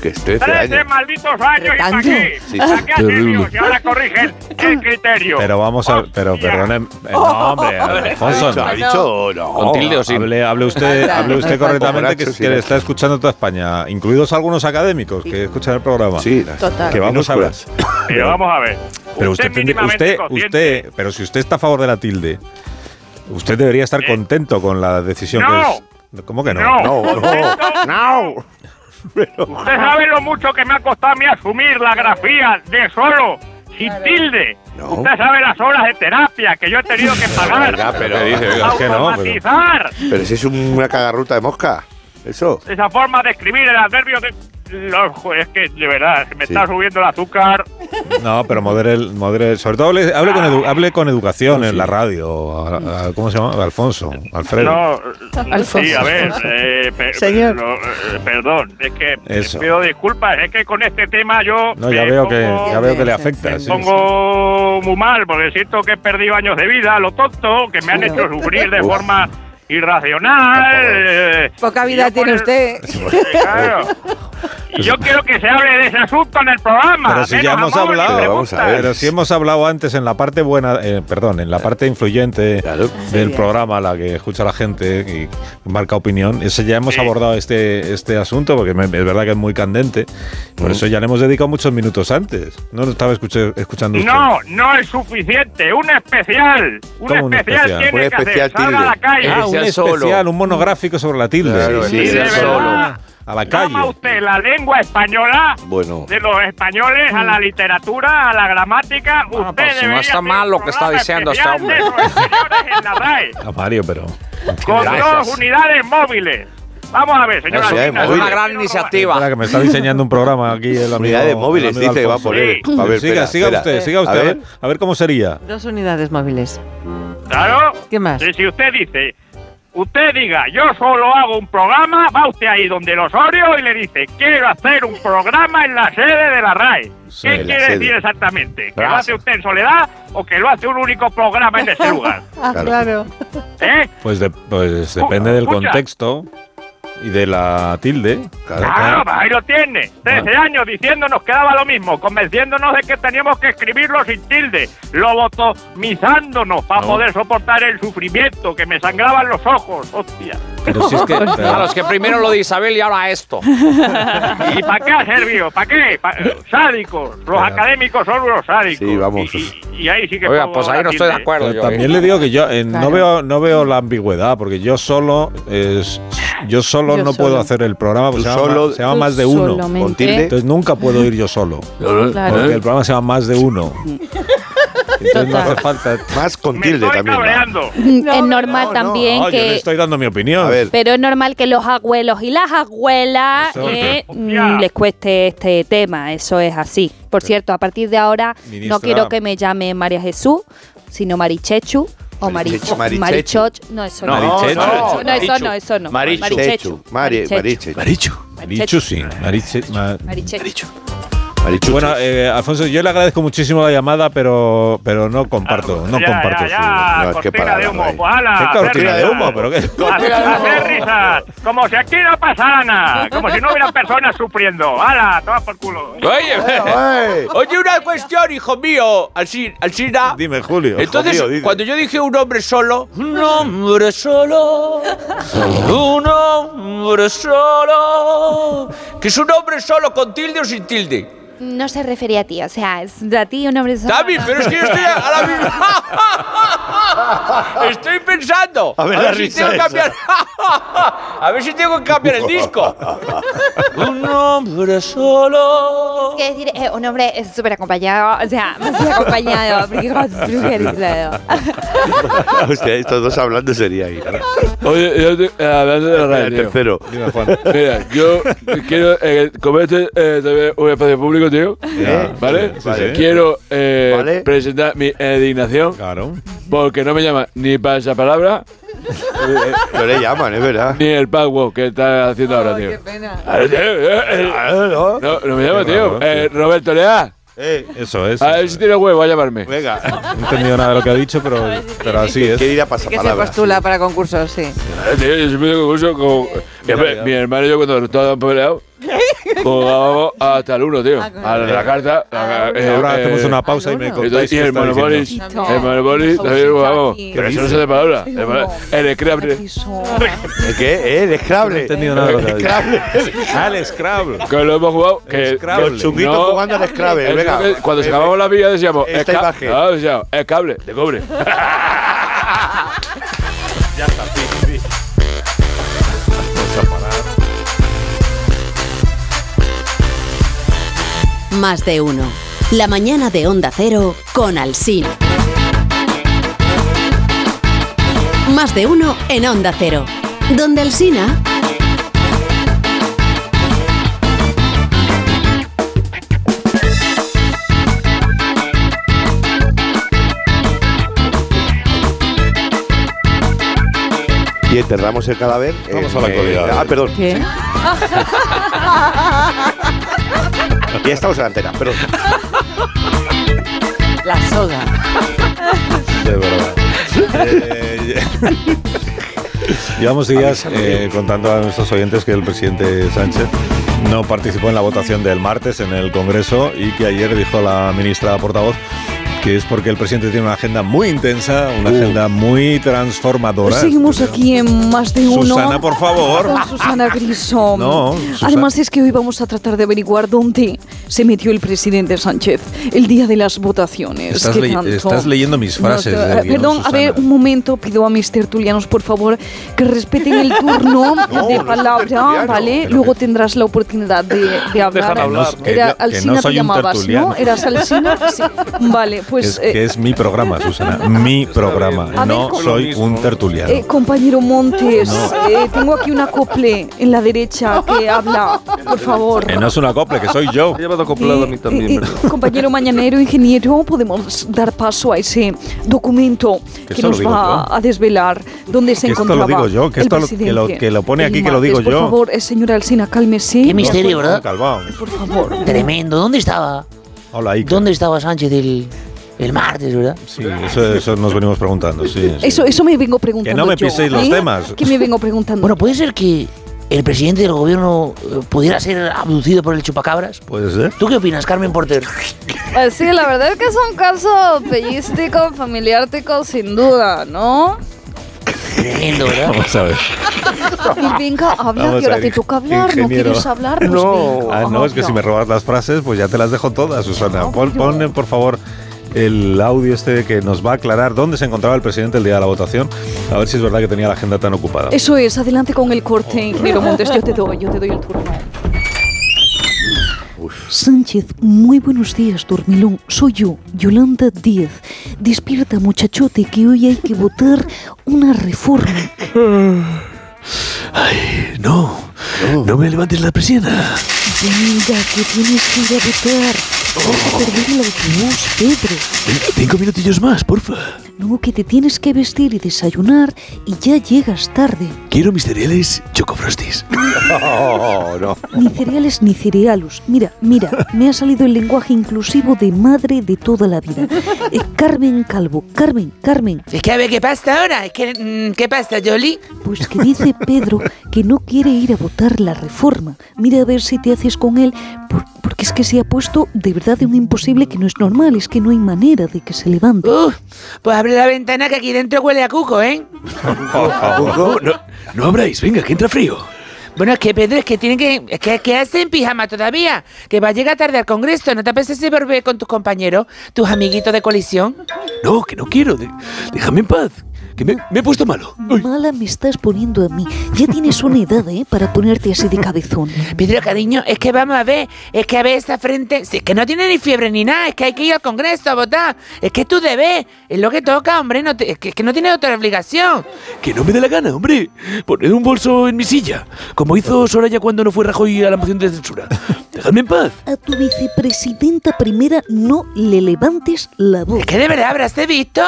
Speaker 5: Que es
Speaker 1: este
Speaker 5: 13
Speaker 9: 13
Speaker 5: años.
Speaker 9: malditos años y pa'
Speaker 7: ¿Tanto?
Speaker 9: qué
Speaker 5: Sí,
Speaker 9: ¿Para qué hace
Speaker 8: terrible.
Speaker 9: Dios? y ahora corrigen el criterio
Speaker 1: Pero vamos a.
Speaker 9: Hostia.
Speaker 1: Pero perdonen. eh, no, hombre, Alfonso.
Speaker 5: Ha
Speaker 1: no.
Speaker 5: dicho, no.
Speaker 8: Con tilde o sin.
Speaker 1: Hable, hable usted,
Speaker 7: Anda,
Speaker 1: hable usted
Speaker 7: no,
Speaker 1: correctamente que,
Speaker 5: borracho, sí,
Speaker 1: que le
Speaker 5: no.
Speaker 1: está escuchando toda España, incluidos algunos académicos que escuchan el programa.
Speaker 5: Sí, las-
Speaker 3: Total.
Speaker 1: Que vamos a ver.
Speaker 5: minúsculas.
Speaker 9: Pero vamos a ver.
Speaker 1: Pero
Speaker 9: Usted
Speaker 1: usted, tendría-
Speaker 9: mínimamente
Speaker 1: usted,
Speaker 9: consciente.
Speaker 1: usted- pero si usted está a favor de la tilde, usted debería estar contento con la decisión
Speaker 9: Eh. no.
Speaker 1: que es. ¿Cómo que no?
Speaker 9: No.
Speaker 5: No, no, no.
Speaker 9: Usted sabe lo mucho que me ha costado a mí asumir la grafía de solo, sin tilde.
Speaker 5: No.
Speaker 9: Usted sabe las horas de terapia que yo he tenido que pagar.
Speaker 5: Oiga, pero-
Speaker 1: ¿Qué dice? Oiga, es que no, pero-
Speaker 9: automatizar
Speaker 5: Pero si es un- una cagarruta de mosca. Eso.
Speaker 9: esa forma de escribir el adverbio de... Los, jo- es que, de verdad, se me
Speaker 5: Sí.
Speaker 9: está subiendo el azúcar.
Speaker 1: No, pero modere, el- modere el- sobre todo hable, hable con, edu- hable con educación en la radio. a- a- ¿Cómo se llama? Alfonso, Alfredo.
Speaker 9: No, sí,
Speaker 10: Alfonso.
Speaker 9: a ver, eh, per-
Speaker 6: Señor.
Speaker 9: lo- eh, perdón, es que
Speaker 1: Eso.
Speaker 9: pido disculpas, es que con este tema yo
Speaker 1: No, ya
Speaker 9: me
Speaker 1: veo que,
Speaker 9: pongo-
Speaker 1: ya veo que le
Speaker 10: me
Speaker 1: afecta. sí, sí.
Speaker 9: pongo muy mal porque siento que he perdido años de vida, lo tonto, que me han hecho sufrir de
Speaker 5: Uf.
Speaker 9: forma irracional. eh,
Speaker 6: Poca vida
Speaker 9: vida Yo por tiene
Speaker 6: tiene
Speaker 9: el-
Speaker 6: usted.
Speaker 9: claro. Y yo quiero que se hable de ese asunto en el programa.
Speaker 1: Pero si
Speaker 9: menos
Speaker 1: ya hemos
Speaker 9: amor y
Speaker 1: hablado,
Speaker 5: vamos a
Speaker 9: preguntas.
Speaker 5: ver.
Speaker 1: Pero si hemos hablado antes en la parte buena, eh, perdón, en la parte influyente
Speaker 5: Claro.
Speaker 1: del programa, la que escucha la gente y marca opinión, ese ya hemos
Speaker 9: Sí.
Speaker 1: abordado este, este asunto, porque me- es verdad que es muy candente, por eso ya le hemos dedicado muchos minutos antes. No lo estaba escuché- escuchando usted.
Speaker 9: No, no es suficiente. Un especial. Un
Speaker 1: ¿Cómo un
Speaker 9: especial
Speaker 1: especial?
Speaker 9: tiene
Speaker 5: Un
Speaker 9: que hacer.
Speaker 5: especial
Speaker 9: Salga a
Speaker 5: tilde.
Speaker 9: la calle.
Speaker 1: Ah, un
Speaker 11: Especial
Speaker 1: especial,
Speaker 11: solo.
Speaker 1: un monográfico sobre la tilde.
Speaker 5: Claro,
Speaker 9: y
Speaker 5: sí,
Speaker 9: de
Speaker 11: especial
Speaker 9: verdad,
Speaker 11: solo.
Speaker 1: A la
Speaker 9: toma
Speaker 1: calle.
Speaker 9: usted la lengua española
Speaker 5: Bueno.
Speaker 11: Pues
Speaker 9: de los españoles a la literatura, a la gramática. usted
Speaker 11: pues, no
Speaker 9: debería
Speaker 11: está
Speaker 9: hacer
Speaker 11: mal
Speaker 9: un
Speaker 11: lo que está
Speaker 9: programa
Speaker 11: diciendo
Speaker 9: especial
Speaker 11: este hombre.
Speaker 9: de los señores en la RAE,
Speaker 1: A Mario, pero.
Speaker 9: con
Speaker 11: Gracias.
Speaker 9: dos unidades móviles. Vamos a ver, señora.
Speaker 5: Eso,
Speaker 9: Alsina,
Speaker 5: eh,
Speaker 11: Es
Speaker 5: Oye.
Speaker 11: una gran
Speaker 1: Espera,
Speaker 11: iniciativa.
Speaker 1: que me está diseñando un programa aquí el amigo.
Speaker 5: Unidades móviles,
Speaker 1: el amigo
Speaker 5: dice que va a
Speaker 1: Alfonso.
Speaker 5: poner.
Speaker 9: Sí.
Speaker 5: A ver,
Speaker 1: siga,
Speaker 5: espera,
Speaker 1: siga
Speaker 5: espera.
Speaker 1: usted, siga usted, a ver, a ver cómo sería.
Speaker 6: Dos unidades móviles.
Speaker 9: Claro.
Speaker 6: ¿Qué más?
Speaker 9: Si, si usted dice, usted diga, yo solo hago un programa, va usted ahí donde el Osorio y le dice, quiero hacer un programa en la sede de la RAE.
Speaker 1: Sí,
Speaker 9: ¿Qué
Speaker 5: la
Speaker 9: quiere
Speaker 5: sede.
Speaker 9: decir exactamente? ¿Que lo
Speaker 11: Gracias.
Speaker 9: hace usted en soledad o que lo hace un único programa en ese lugar?
Speaker 6: Ah,
Speaker 5: Claro.
Speaker 9: ¿Eh?
Speaker 1: Pues, de- pues depende del
Speaker 9: escucha.
Speaker 1: contexto y de la tilde.
Speaker 9: Claro, pues ahí lo tiene. 13
Speaker 1: Ah.
Speaker 9: años diciéndonos que daba lo mismo, convenciéndonos de que teníamos que escribirlo sin tilde, lobotomizándonos para poder soportar el sufrimiento que me sangraban los ojos, hostia.
Speaker 1: Pero si es que. pero-
Speaker 11: Claro, es que primero lo de Isabel y ahora esto.
Speaker 9: ¿Y para qué ha servido? ¿Para qué? Pa- sádicos. Los
Speaker 1: Pero-
Speaker 9: académicos son unos sádicos.
Speaker 5: Sí, vamos.
Speaker 9: Y, y- y ahí sí que
Speaker 11: Oiga,
Speaker 9: puedo
Speaker 11: pues ahí no estoy de
Speaker 9: decirle.
Speaker 11: acuerdo
Speaker 1: pero
Speaker 11: yo.
Speaker 1: también
Speaker 11: ¿eh?
Speaker 1: le digo que yo eh, no
Speaker 10: Claro.
Speaker 1: veo no veo la ambigüedad porque yo solo es- yo solo
Speaker 10: Yo
Speaker 1: no puedo
Speaker 10: solo.
Speaker 1: hacer el programa porque
Speaker 5: Tú
Speaker 1: se llama,
Speaker 5: solo-
Speaker 1: más- se llama más de
Speaker 10: Tú
Speaker 1: uno
Speaker 10: solamente.
Speaker 5: Con tilde. ¿eh?
Speaker 1: entonces nunca puedo ir yo solo
Speaker 10: Claro.
Speaker 1: porque el programa se llama más de uno entonces no hace falta
Speaker 5: Más con
Speaker 9: Me
Speaker 5: tilde
Speaker 9: estoy
Speaker 5: también. ¿no?
Speaker 9: cabreando.
Speaker 8: es normal
Speaker 5: no,
Speaker 8: también
Speaker 1: No, Ah, yo
Speaker 8: que.
Speaker 1: le estoy dando mi opinión
Speaker 5: A ver.
Speaker 8: Pero es normal que los abuelos y las abuelas
Speaker 1: Eso.
Speaker 8: eh,
Speaker 9: Hostia.
Speaker 8: mm, les cueste este tema, eso es así. Por cierto, a partir de ahora
Speaker 1: Ministra.
Speaker 8: no quiero que me llame María Jesús, sino Marichechu o
Speaker 5: Marichechu,
Speaker 8: Marichoch.
Speaker 5: Marichechu.
Speaker 8: Marichoch, no, eso
Speaker 11: No,
Speaker 8: no. eso
Speaker 11: no,
Speaker 8: no, no, eso
Speaker 11: Marichu.
Speaker 8: no, eso no.
Speaker 11: Marichu.
Speaker 5: Marichechu. Mari- Mariche-
Speaker 1: Marichu Marichu sí Mariche- ma-
Speaker 8: Marichechu.
Speaker 5: Marichuchos.
Speaker 1: Bueno, eh, Alfonso, yo le agradezco muchísimo la llamada, pero, pero no comparto, no
Speaker 9: Ah, Ya,
Speaker 1: comparto.
Speaker 9: Ya, ya,
Speaker 5: No, es que
Speaker 9: cortina
Speaker 5: para
Speaker 9: de
Speaker 5: la
Speaker 9: humo.
Speaker 5: raíz.
Speaker 9: Pues, ala,
Speaker 1: su- ¿Qué
Speaker 9: hacer
Speaker 1: cortina de
Speaker 9: risas.
Speaker 1: humo? ¿Pero qué?
Speaker 9: Hacer, hacer risas. Como si aquí no pasara nada. Como si no hubiera personas sufriendo. ¡Hala! Toma por culo.
Speaker 11: Oye,
Speaker 5: ¡Ey!
Speaker 11: oye, una cuestión, hijo mío. Alcina. Alcina.
Speaker 1: Dime, Julio.
Speaker 11: Entonces,
Speaker 5: Jodido, dice.
Speaker 11: cuando yo dije un hombre solo, un hombre solo, un hombre solo, que es un hombre solo con tilde o sin tilde.
Speaker 8: No se refería a ti, o sea, es a ti un hombre solo.
Speaker 11: David, pero es que yo estoy ahora mismo. Estoy pensando.
Speaker 5: A ver la
Speaker 11: si
Speaker 5: risa
Speaker 11: tengo que
Speaker 5: esa.
Speaker 11: cambiar. A ver si tengo que cambiar el disco. Un hombre solo.
Speaker 8: que decir, eh, un hombre es súper acompañado, o sea, más que acompañado, porque como es brujerizado.
Speaker 5: Hostia, estos dos hablando sería ahí. ¿no?
Speaker 12: Oye, yo te- hablando de la
Speaker 5: Eh, El
Speaker 12: radio, tío.
Speaker 5: tercero.
Speaker 1: Dime, Juan.
Speaker 12: Mira, yo quiero, eh, como este eh, también un espacio público, tío,
Speaker 1: Ya,
Speaker 12: ¿vale?
Speaker 1: sí, sí.
Speaker 12: Quiero eh,
Speaker 5: Vale.
Speaker 12: presentar mi indignación
Speaker 1: Claro.
Speaker 12: porque no me llama ni pasapalabra
Speaker 5: No le llaman, es verdad.
Speaker 12: ni el Pago que está haciendo ahora, tío.
Speaker 6: pena.
Speaker 12: Ah, tío, eh, eh,
Speaker 5: Claro.
Speaker 12: No, no me llama,
Speaker 1: Qué
Speaker 12: tío.
Speaker 1: raro,
Speaker 12: Eh, Roberto Lea,
Speaker 5: Eh,
Speaker 1: Eso es.
Speaker 12: a ver si tiene huevo a llamarme.
Speaker 5: venga.
Speaker 1: No he entendido nada de lo que ha dicho, pero, pero así es.
Speaker 5: ¿Qué a
Speaker 6: Que se
Speaker 5: pasapalabra?
Speaker 6: postula para concursos, sí.
Speaker 12: Ah, tío, yo Eh, siempre tengo concurso con.
Speaker 1: Ya,
Speaker 12: Mi-
Speaker 1: ya.
Speaker 12: Mi hermano y yo, cuando estábamos peleados, Jugábamos hasta el 1, tío. A la carta. la- eh,
Speaker 1: Ahora
Speaker 12: eh,
Speaker 1: hacemos una pausa y me contáis.
Speaker 12: y
Speaker 1: qué
Speaker 12: el
Speaker 1: está
Speaker 12: Monopolis,
Speaker 1: diciendo.
Speaker 12: el Monopolis, también jugábamos.
Speaker 1: ¿Qué
Speaker 12: Pero eso no
Speaker 1: dices?
Speaker 12: se de palabra. El Mono- El Scrabble.
Speaker 5: ¿El qué? ¿El
Speaker 1: No he
Speaker 5: Scrabble?
Speaker 1: entendido nada de lo que ha dicho.
Speaker 5: Scrabble.
Speaker 1: Ah, el Scrabble.
Speaker 12: Que lo hemos jugado. Que
Speaker 1: El Scrabble.
Speaker 12: no-
Speaker 5: Los chunguitos
Speaker 12: no-
Speaker 5: jugando al Scrabble.
Speaker 12: es
Speaker 5: Venga.
Speaker 12: que Cuando se acabamos la villa decíamos.
Speaker 5: Esta
Speaker 12: el
Speaker 5: imagen.
Speaker 12: es cable, de cobre.
Speaker 13: Más de uno. La mañana de Onda Cero con Alsina. Más de uno en Onda Cero. Donde Alsina.
Speaker 5: Y enterramos el cadáver.
Speaker 1: Vamos
Speaker 5: en,
Speaker 1: a la
Speaker 5: eh,
Speaker 1: actualidad.
Speaker 5: Ah, perdón.
Speaker 7: ¿Qué?
Speaker 5: Ya estamos en la antena, perdón.
Speaker 7: La soga.
Speaker 1: De verdad. Eh, Llevamos días eh, contando a nuestros oyentes que el presidente Sánchez no participó en la votación del martes en el Congreso y que ayer dijo la ministra portavoz que es porque el presidente tiene una agenda muy intensa, una agenda muy transformadora.
Speaker 2: Seguimos aquí en más de uno.
Speaker 1: Susana, por favor.
Speaker 2: Con Susana Griso.
Speaker 1: No, Susana.
Speaker 2: Además es que hoy vamos a tratar de averiguar dónde se metió el presidente Sánchez el día de las votaciones.
Speaker 1: Estás
Speaker 2: que
Speaker 1: ley-
Speaker 2: tanto
Speaker 1: estás leyendo mis
Speaker 2: nos-
Speaker 1: frases del guión,
Speaker 2: perdón, a
Speaker 1: Susana.
Speaker 2: ver, un momento. Pido a mis tertulianos, por favor, que respeten el turno
Speaker 5: no
Speaker 2: de
Speaker 5: soy tertuliano.
Speaker 2: palabra, ¿vale?
Speaker 1: Pero
Speaker 2: Luego tendrás la oportunidad de, de hablar.
Speaker 1: hablar, ¿no?
Speaker 2: Era
Speaker 1: Que no- que
Speaker 2: Alsina
Speaker 1: no
Speaker 2: te
Speaker 1: soy un
Speaker 2: llamabas,
Speaker 1: tertuliano.
Speaker 2: ¿no? Eras Alsina. Sí. Vale, pues...
Speaker 1: es,
Speaker 2: eh,
Speaker 1: que es mi programa, Susana. Mi
Speaker 2: A
Speaker 1: programa.
Speaker 2: ver,
Speaker 1: No
Speaker 2: ¿cómo?
Speaker 1: soy un tertuliano.
Speaker 2: Eh, compañero Montes, eh, tengo aquí una acople en la derecha que habla, por favor.
Speaker 1: Que no es un acople, que soy yo.
Speaker 4: llevado
Speaker 2: Eh, eh, eh, compañero mañanero, ingeniero, podemos dar paso a ese documento
Speaker 1: Que
Speaker 2: que,
Speaker 1: esto lo
Speaker 2: nos
Speaker 1: digo
Speaker 2: va
Speaker 1: yo.
Speaker 2: a desvelar dónde se
Speaker 1: Que esto lo
Speaker 2: encontraba
Speaker 1: digo yo, que
Speaker 2: el
Speaker 1: esto lo- que lo-
Speaker 2: presidente
Speaker 1: que lo pone
Speaker 2: el
Speaker 1: aquí, que lo digo
Speaker 2: martes.
Speaker 1: yo.
Speaker 2: Por favor, eh, señora Alsina, cálmese.
Speaker 14: Qué misterio,
Speaker 1: Como
Speaker 14: ¿verdad?
Speaker 1: Calvao.
Speaker 2: Por favor.
Speaker 14: Tremendo. ¿Dónde estaba?
Speaker 1: Hola, Iker.
Speaker 14: ¿Dónde estaba Sánchez el, el martes, verdad?
Speaker 1: Sí, eso, eso nos venimos preguntando, sí. sí.
Speaker 2: Eso, eso me vengo preguntando.
Speaker 1: me
Speaker 2: yo,
Speaker 1: piséis los
Speaker 2: ¿eh?
Speaker 1: temas.
Speaker 2: Que me vengo preguntando.
Speaker 14: Bueno, puede ser que el presidente del gobierno eh, pudiera ser abducido por el chupacabras.
Speaker 1: ¿Puede ser?
Speaker 14: ¿Tú qué opinas, Carmen Porter?
Speaker 3: Eh, sí, la verdad es que es un caso pellístico, familiártico, sin duda, ¿no?
Speaker 14: Tremendo, ¿verdad?
Speaker 1: Vamos a ver.
Speaker 2: Y venga, habla,
Speaker 1: Vamos
Speaker 2: que ahora
Speaker 1: a
Speaker 2: te
Speaker 1: ver,
Speaker 2: toca hablar.
Speaker 1: ingeniero.
Speaker 2: ¿No quieres hablar? Pues
Speaker 5: No.
Speaker 2: venga,
Speaker 1: Ah, no, es que
Speaker 2: habla.
Speaker 1: si me robas las frases, pues ya te las dejo todas, Susana. Pon, ponme, por favor, el audio este que nos va a aclarar dónde se encontraba el presidente el día de la votación. A ver si es verdad que tenía la agenda tan ocupada.
Speaker 2: Eso es, adelante con el corte, ingeniero Montes, yo te doy, yo te doy el turno. Sánchez, muy buenos días, dormilón. Soy yo, Yolanda Díaz. Despierta, muchachote, que hoy hay que votar una reforma.
Speaker 15: No, no me levantes la presión.
Speaker 2: Venga, que tienes que ir a votar. Vas a perder el autobús, Pedro.
Speaker 15: Cinco minutillos más, porfa.
Speaker 2: No, que te tienes que vestir y desayunar y ya llegas tarde.
Speaker 15: Quiero mis cereales chocofrostis.
Speaker 5: Oh, no.
Speaker 2: Ni cereales ni cerealus. Mira, mira, me ha salido el lenguaje inclusivo de madre de toda la vida. Eh, Carmen Calvo, Carmen, Carmen.
Speaker 11: Es que a ver qué pasa ahora. Es que, mm, ¿Qué pasa, Jolly?
Speaker 2: Pues que dice Pedro que no quiere ir a votar la reforma. Mira a ver si te haces con él, por- porque es que se ha puesto de verdad de un imposible que no es normal, es que no hay manera de que se levante.
Speaker 11: Pues abre la ventana que aquí dentro huele a cuco, ¿eh?
Speaker 15: No, no, no abráis, venga, que entra frío.
Speaker 11: Bueno, es que Pedro, es que tienen que. Es que ¿qué hacen en pijama todavía? Que va a llegar tarde al congreso. ¿No te apetece volver con tus compañeros, tus amiguitos de colisión?
Speaker 15: No, que no quiero. de- déjame en paz. Que me, me he puesto malo.
Speaker 2: Mala me estás poniendo a mí. Ya tienes una edad, ¿eh? Para ponerte así de cabezón.
Speaker 11: Pedro, cariño, es que vamos a ver. Es que a ver esa frente. Si es que no tiene ni fiebre ni nada. Es que hay que ir al congreso a votar. Es que es tu deber. Es lo que toca, hombre. No te- es, que, es que no tienes otra obligación.
Speaker 15: Que no me dé la gana, hombre. Poned un bolso en mi silla, como hizo Soraya cuando no fue Rajoy a la moción de censura. Dejadme en paz.
Speaker 2: A tu vicepresidenta primera no le levantes la voz.
Speaker 11: Es que de verdad habrás visto.